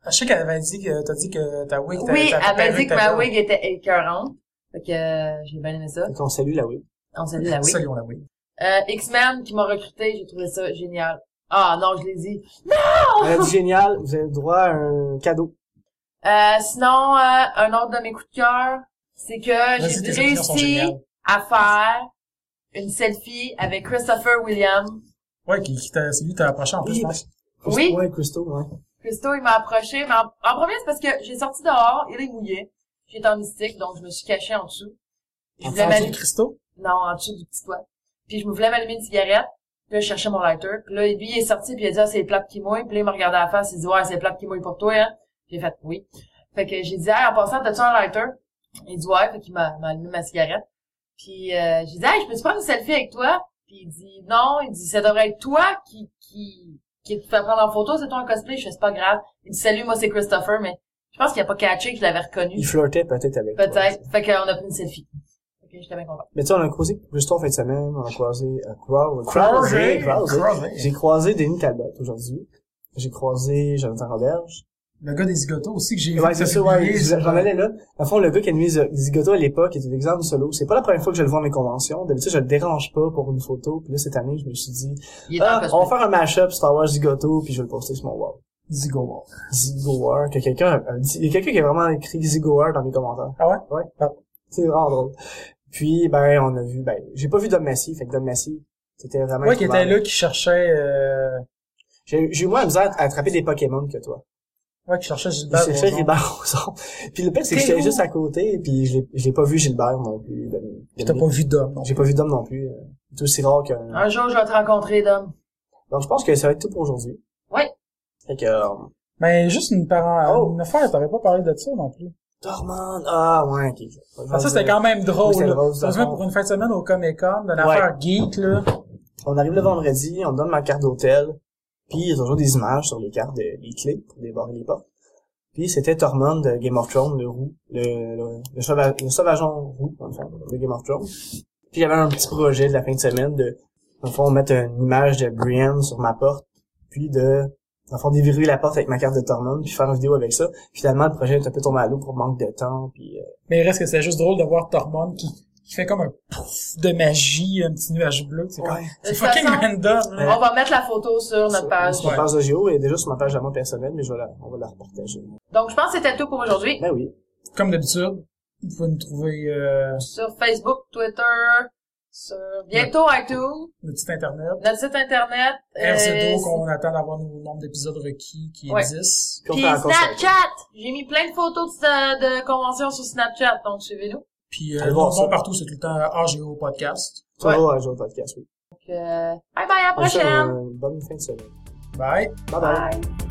Ah, Je sais qu'elle avait dit que t'as dit que ta » wig t'avais-
Oui,
ta
elle m'a
perruque
dit que
t'avais-
ma wig était écœurante. Fait que euh, j'ai bien aimé ça.
Fait qu'on salue la wig.
On salue la wig.
Salut, on la wig.
Euh, X-Men, qui m'a recruté, j'ai trouvé ça génial. Ah non, je l'ai dit.
Elle a dit génial, vous avez droit à un cadeau.
Euh, sinon, euh, un autre de mes coups de cœur, c'est que
Vas-y,
j'ai
tes opinions sont
réussi...
géniales.
à faire une selfie avec Christopher William.
Ouais, qui, qui t'a, c'est lui qui t'a approché en plus,
Oui,
je pense.
Oui.
Ouais, Christo, ouais.
Christo, il m'a approché, mais en, en premier, c'est parce que j'ai sorti dehors, il est mouillé. J'étais en mystique, donc je me suis cachée en dessous. Je
En
voulais
France, du
m'allumer,
Christo.
non, en dessous du petit toit. Puis je me voulais m'allumer une cigarette. Puis là, je cherchais mon lighter. Puis là, lui, il est sorti, puis il a dit, ah, c'est les plates qui mouillent. Puis là, il m'a regardé à la face, il dit, ouais, c'est les plates qui mouillent pour toi, hein. J'ai fait, oui. Fait que j'ai dit, hey, en passant, t'as-tu un lighter? Il dit, ouais. Fait qu'il m'a m'a allumé ma cigarette. Puis euh, j'ai dit, hey, je peux-tu prendre une selfie avec toi? Puis il dit, non, il dit, ça devrait être toi qui, qui, qui te fait prendre en photo, c'est toi un cosplay, je fais, c'est pas grave. Il dit, salut, moi c'est Christopher, mais je pense qu'il a pas catché que je l'avais reconnu.
Il flirtait peut-être avec. toi.
Peut-être. Fait qu'on a pris une selfie. Fait que j'étais bien content.
Mais tu sais, on a croisé Christo en fin de semaine, on a croisé, euh, croisé,
Croisé,
croisé, croisé.
croisé.
J'ai croisé Denis Talbot aujourd'hui. J'ai croisé Jonathan Roberge.
Le gars des zigotos aussi que j'ai
Ouais,
vu.
c'est
que
ça,
t'as
ouais.
publié,
J'en
c'est-
j'en allais là. Dans le fond, le gars qui animait Zigoto à l'époque était d'exemple solo. C'est pas la première fois que je le vois dans les conventions. D'habitude, je le dérange pas pour une photo. Puis là, cette année, je me suis dit,
Il est en
ah,
cosplay.
on va faire un mashup Star Wars Zigoto, puis je vais le poster sur mon wall.
Zigo War.
Ziggler, que quelqu'un, a dit- il y a quelqu'un qui a vraiment écrit Ziggler dans mes commentaires.
Ah ouais?
Ouais.
Ah.
C'est vraiment drôle. Puis, ben, on a vu, ben, j'ai pas vu Dom Massy, fait que Dom Massy, c'était vraiment...
Ouais, qui était
introuvable.
là, qui cherchait, euh,
J'ai j'ai eu moins de misère à attraper des Pokémon que toi.
ouais, qui cherchait
J'ai
Gilbert.
cherché
Rozon.
Gilbert Rozon. Puis le pire, c'est que
T'es
j'étais
où?
juste à côté, puis je l'ai- je l'ai pas vu Gilbert non plus. Dom-
Puis t'as pas vu Ah. d'homme, non?
J'ai pas vu Dom non plus. euh, C'est aussi rare que...
Un jour, je vais te rencontrer, Dom.
Donc, je pense que ça va être tout pour aujourd'hui.
Ouais.
Fait que... euh,
Mais juste une parent,
Oh.
une affaire, t'avais pas parlé de ça non plus.
Dormand, ah ouais, ok.
Ah, ça, c'était quand même drôle.
Euh, Oui, c'était
là.
drôle,
Ça se
ça.
met pour une fin de semaine au Comic Con, d'une
Ouais.
affaire geek, là.
On arrive le vendredi, on me donne ma carte d'hôtel, puis il y a toujours des images sur les cartes, de- les clés pour débarrer les portes. Puis c'était Tormund de Game of Thrones, le roux, le, le, le, cheva- le sauvageon roux, dans le fond, de Game of Thrones. Puis j'avais un petit projet de la fin de semaine de, dans le fond, mettre une image de Brienne sur ma porte, puis de, dans le fond, déverrouiller la porte avec ma carte de Tormund, puis faire une vidéo avec ça. Finalement, le projet est un peu tombé à l'eau pour manque de temps, puis... euh,
Mais il reste que c'était juste drôle de voir Tormund qui, qui fait comme un pouf de magie, un petit nuage bleu. C'est comme-
ouais.
c'est
De toute
fucking
façon,
random, là.
On va mettre la photo sur notre page.
Sur ma page de Géo, et déjà sur ma page de moi personnelle, mais je vais la, on va la repartager.
Donc, je pense que c'était tout pour aujourd'hui.
Ben oui.
Comme d'habitude, vous pouvez nous trouver euh,
Sur Facebook, Twitter, sur bientôt iTunes,
notre site internet.
notre site internet.
RZO,
euh,
Eh, qu'on attend d'avoir nos nombre d'épisodes requis qui
Ouais.
existent.
Puis on
Puis
fait un conseil.
Snapchat! J'ai mis plein de photos de, de conventions sur Snapchat, donc suivez-nous.
Puis euh,
Allez voir
nous, on
ça.
partout, c'est tout le temps euh, RGO Podcast.
Tu vas voir un jour podcast, oui.
Donc, euh, bye bye, à la
On se souhaite
prochaine!
une bonne fin de semaine.
Bye!
Bye bye.
Bye!